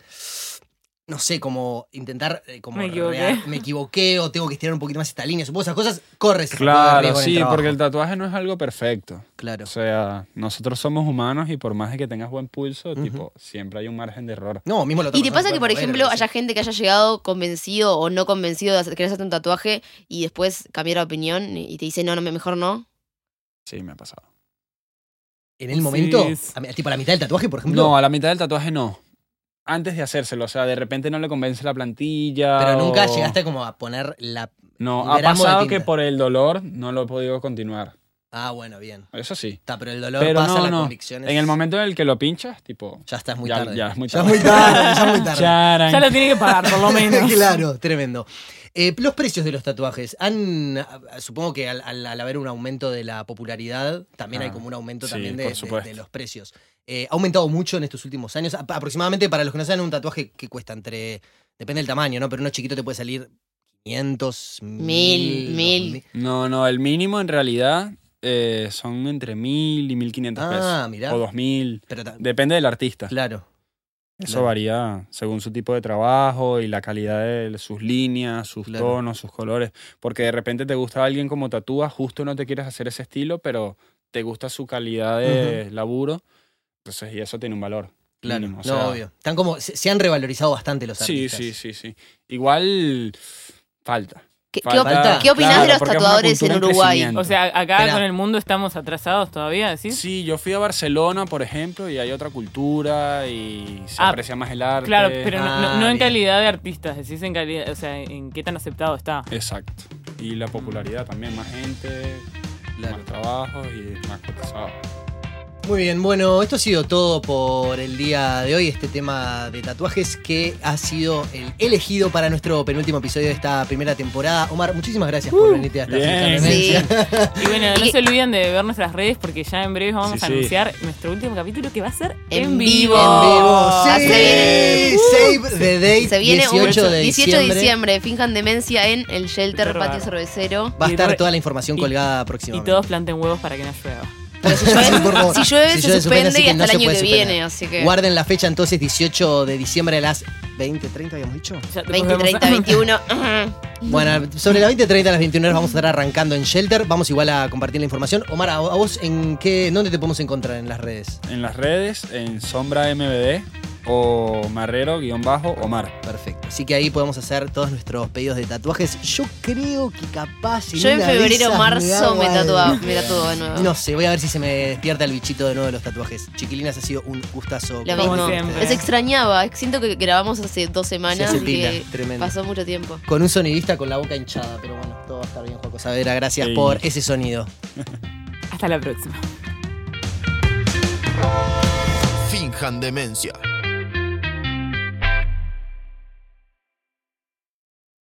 [SPEAKER 1] no sé, como intentar, eh, como
[SPEAKER 2] Me equivoqué.
[SPEAKER 1] rea- me equivoqué o tengo que estirar un poquito más esta línea? Supongo esas cosas, corres. ese tipo de
[SPEAKER 4] Claro,
[SPEAKER 1] riesgo en el
[SPEAKER 4] sí,
[SPEAKER 1] trabajo.
[SPEAKER 4] porque el tatuaje no es algo perfecto.
[SPEAKER 1] Claro.
[SPEAKER 4] O sea, nosotros somos humanos y por más de que tengas buen pulso,
[SPEAKER 1] Ujú.
[SPEAKER 4] tipo, siempre hay un margen de error.
[SPEAKER 1] No, mismo lo
[SPEAKER 3] Y te pasa que, por ejemplo, haya gente que haya llegado convencido o no convencido de hacer- querer hacerte un tatuaje y después cambiar de opinión y te dice, no, no, mejor no.
[SPEAKER 4] Sí, me ha pasado.
[SPEAKER 1] En el momento,
[SPEAKER 2] Sí, es-
[SPEAKER 1] a mi- tipo a la mitad del tatuaje, por ejemplo.
[SPEAKER 4] No, a la mitad del tatuaje no. Antes de hacérselo, o sea, de repente no le convence la plantilla.
[SPEAKER 1] Pero nunca
[SPEAKER 4] o-
[SPEAKER 1] llegaste como a poner la.
[SPEAKER 4] No,
[SPEAKER 1] un
[SPEAKER 4] ha
[SPEAKER 1] gramo de
[SPEAKER 4] pasado que
[SPEAKER 1] tinta.
[SPEAKER 4] por el dolor no lo he podido continuar.
[SPEAKER 1] Ah, bueno, bien.
[SPEAKER 4] Eso sí.
[SPEAKER 1] Está, pero el dolor
[SPEAKER 4] Pero
[SPEAKER 1] pasa,
[SPEAKER 4] no,
[SPEAKER 1] la
[SPEAKER 4] no.
[SPEAKER 1] convicción es-
[SPEAKER 4] En el momento en el que lo pinchas, tipo.
[SPEAKER 1] Ya estás muy
[SPEAKER 4] Ya-
[SPEAKER 1] tarde.
[SPEAKER 4] ya es muy
[SPEAKER 1] Ya es muy tarde, ya es muy tarde.
[SPEAKER 4] charan.
[SPEAKER 2] Ya lo tiene que pagar, por
[SPEAKER 1] <laughs>
[SPEAKER 2] lo menos.
[SPEAKER 1] claro, tremendo. Eh, los precios de los tatuajes. han ah, Supongo que al, al- al haber un aumento de la popularidad, también
[SPEAKER 4] Ah,
[SPEAKER 1] hay como un aumento
[SPEAKER 4] sí,
[SPEAKER 1] también de,
[SPEAKER 4] por
[SPEAKER 1] de-
[SPEAKER 4] supuesto.
[SPEAKER 1] de los precios. Eh, ha aumentado mucho en estos últimos años. Ap- aproximadamente, para los que no saben, un tatuaje que cuesta entre. Depende del tamaño, ¿no? Pero uno chiquito te puede salir 500,
[SPEAKER 3] Mil,
[SPEAKER 1] 1000,
[SPEAKER 3] mil.
[SPEAKER 1] 2000.
[SPEAKER 4] No, no, el mínimo en realidad eh, son entre mil y mil quinientos
[SPEAKER 1] Ah,
[SPEAKER 4] pesos.
[SPEAKER 1] mirá.
[SPEAKER 4] O dos mil.
[SPEAKER 1] Pero ta-
[SPEAKER 4] Depende del artista.
[SPEAKER 1] claro.
[SPEAKER 4] Eso
[SPEAKER 1] Claro.
[SPEAKER 4] varía según su tipo de trabajo y la calidad de sus líneas, sus
[SPEAKER 1] Claro.
[SPEAKER 4] tonos, sus colores. Porque de repente te gusta alguien como tatúa, justo no te quieres hacer ese estilo, pero te gusta su calidad de laburo. Entonces, y eso tiene un valor.
[SPEAKER 1] Claro,
[SPEAKER 4] mínimo,
[SPEAKER 1] no,
[SPEAKER 4] o sea,
[SPEAKER 1] obvio. Están como, se, se han revalorizado bastante los
[SPEAKER 4] Sí,
[SPEAKER 1] artistas.
[SPEAKER 4] sí, sí, sí. Igual falta.
[SPEAKER 3] ¿Qué, qué op-
[SPEAKER 4] Falta,
[SPEAKER 3] qué opinás
[SPEAKER 4] claro,
[SPEAKER 3] de los
[SPEAKER 4] porque es una
[SPEAKER 3] tatuadores
[SPEAKER 4] cultura
[SPEAKER 3] en
[SPEAKER 4] en
[SPEAKER 3] Uruguay?
[SPEAKER 4] crecimiento.
[SPEAKER 2] O sea, acá
[SPEAKER 1] Esperá.
[SPEAKER 2] con el mundo estamos atrasados todavía, ¿sí?
[SPEAKER 4] Sí, yo fui a Barcelona, por ejemplo, y hay otra cultura y se
[SPEAKER 2] Ah,
[SPEAKER 4] aprecia más el arte.
[SPEAKER 2] Claro, pero no-
[SPEAKER 1] Ah,
[SPEAKER 2] no, no
[SPEAKER 1] bien.
[SPEAKER 2] en calidad de artistas, decís en calidad, o sea, en qué tan aceptado está.
[SPEAKER 4] Exacto. Y la popularidad también, más gente,
[SPEAKER 1] Claro.
[SPEAKER 4] más trabajos y más cotizado.
[SPEAKER 1] Muy bien, bueno, esto ha sido todo por el día de hoy, este tema de tatuajes que ha sido el elegido para nuestro penúltimo episodio de esta primera temporada. Omar, muchísimas gracias
[SPEAKER 3] Uh,
[SPEAKER 1] por venirte hasta
[SPEAKER 4] bien.
[SPEAKER 1] Finca
[SPEAKER 3] Sí.
[SPEAKER 1] Demencia.
[SPEAKER 2] Y bueno, no
[SPEAKER 3] Y-
[SPEAKER 2] se olviden de ver nuestras redes porque ya en breve vamos
[SPEAKER 4] Sí,
[SPEAKER 2] a
[SPEAKER 4] sí.
[SPEAKER 2] anunciar nuestro último capítulo que va a ser
[SPEAKER 3] En
[SPEAKER 2] en,
[SPEAKER 3] vivo.
[SPEAKER 2] vivo.
[SPEAKER 1] En vivo,
[SPEAKER 3] Ah, se
[SPEAKER 1] sí.
[SPEAKER 3] viene. Uh,
[SPEAKER 1] Save the date,
[SPEAKER 3] Se viene
[SPEAKER 1] 18
[SPEAKER 3] un
[SPEAKER 1] de
[SPEAKER 3] 18 de
[SPEAKER 1] diciembre.
[SPEAKER 3] diciembre, finjan demencia en el Shelter
[SPEAKER 2] Qué
[SPEAKER 3] Patio
[SPEAKER 2] raro.
[SPEAKER 3] Cervecero.
[SPEAKER 1] Va a estar
[SPEAKER 2] Y-
[SPEAKER 1] toda la información
[SPEAKER 2] y-
[SPEAKER 1] colgada
[SPEAKER 2] Y
[SPEAKER 1] próximamente. <laughs>
[SPEAKER 2] todos planten huevos para que no llueva.
[SPEAKER 3] Pero si llueve,
[SPEAKER 1] Sí, por favor.
[SPEAKER 3] si llueve,
[SPEAKER 1] Si
[SPEAKER 3] se,
[SPEAKER 1] llueve,
[SPEAKER 3] suspende
[SPEAKER 1] así
[SPEAKER 3] y
[SPEAKER 1] que
[SPEAKER 3] hasta
[SPEAKER 1] no
[SPEAKER 3] el
[SPEAKER 1] se
[SPEAKER 3] año que
[SPEAKER 1] puede suspender.
[SPEAKER 3] viene, así que
[SPEAKER 1] Guarden la fecha entonces, 18 de diciembre a las 20, 30, habíamos dicho.
[SPEAKER 2] Ya te
[SPEAKER 3] 20,
[SPEAKER 2] volvemos a-
[SPEAKER 1] <laughs>
[SPEAKER 2] <laughs>
[SPEAKER 3] 30, 21.
[SPEAKER 1] Bueno, sobre las 20.30 a las 21 horas vamos a estar arrancando en Shelter. Vamos igual a compartir la información. Omar, ¿a a vos en qué, en dónde te podemos encontrar en las redes?
[SPEAKER 4] En las redes, en Sombra MBD o Marrero-Omar.
[SPEAKER 1] Perfecto. Así que ahí podemos hacer todos nuestros pedidos de tatuajes. Yo creo que capaz.
[SPEAKER 3] Yo en
[SPEAKER 1] una de
[SPEAKER 3] febrero,
[SPEAKER 1] esas
[SPEAKER 3] marzo me
[SPEAKER 1] hago algo.
[SPEAKER 3] tatuaba, me tatuó de nuevo.
[SPEAKER 1] <laughs> No sé, voy a ver si se me despierta el bichito de nuevo de los tatuajes. Chiquilinas, ha sido un gustazo.
[SPEAKER 3] Lo
[SPEAKER 1] compartir
[SPEAKER 2] Como
[SPEAKER 3] mismo.
[SPEAKER 1] con
[SPEAKER 2] siempre.
[SPEAKER 1] ustedes.
[SPEAKER 3] Les extrañaba, siento que grabamos hace dos
[SPEAKER 1] Se
[SPEAKER 3] semanas
[SPEAKER 1] hace
[SPEAKER 3] y
[SPEAKER 1] pila,
[SPEAKER 3] que
[SPEAKER 1] tremendo.
[SPEAKER 3] pasó mucho tiempo.
[SPEAKER 1] Con un sonidista con la boca hinchada, pero bueno, todo va a estar bien, Juaco Saavedra. Gracias
[SPEAKER 4] Sí.
[SPEAKER 1] por ese sonido.
[SPEAKER 2] Hasta la próxima.
[SPEAKER 5] Finjan demencia.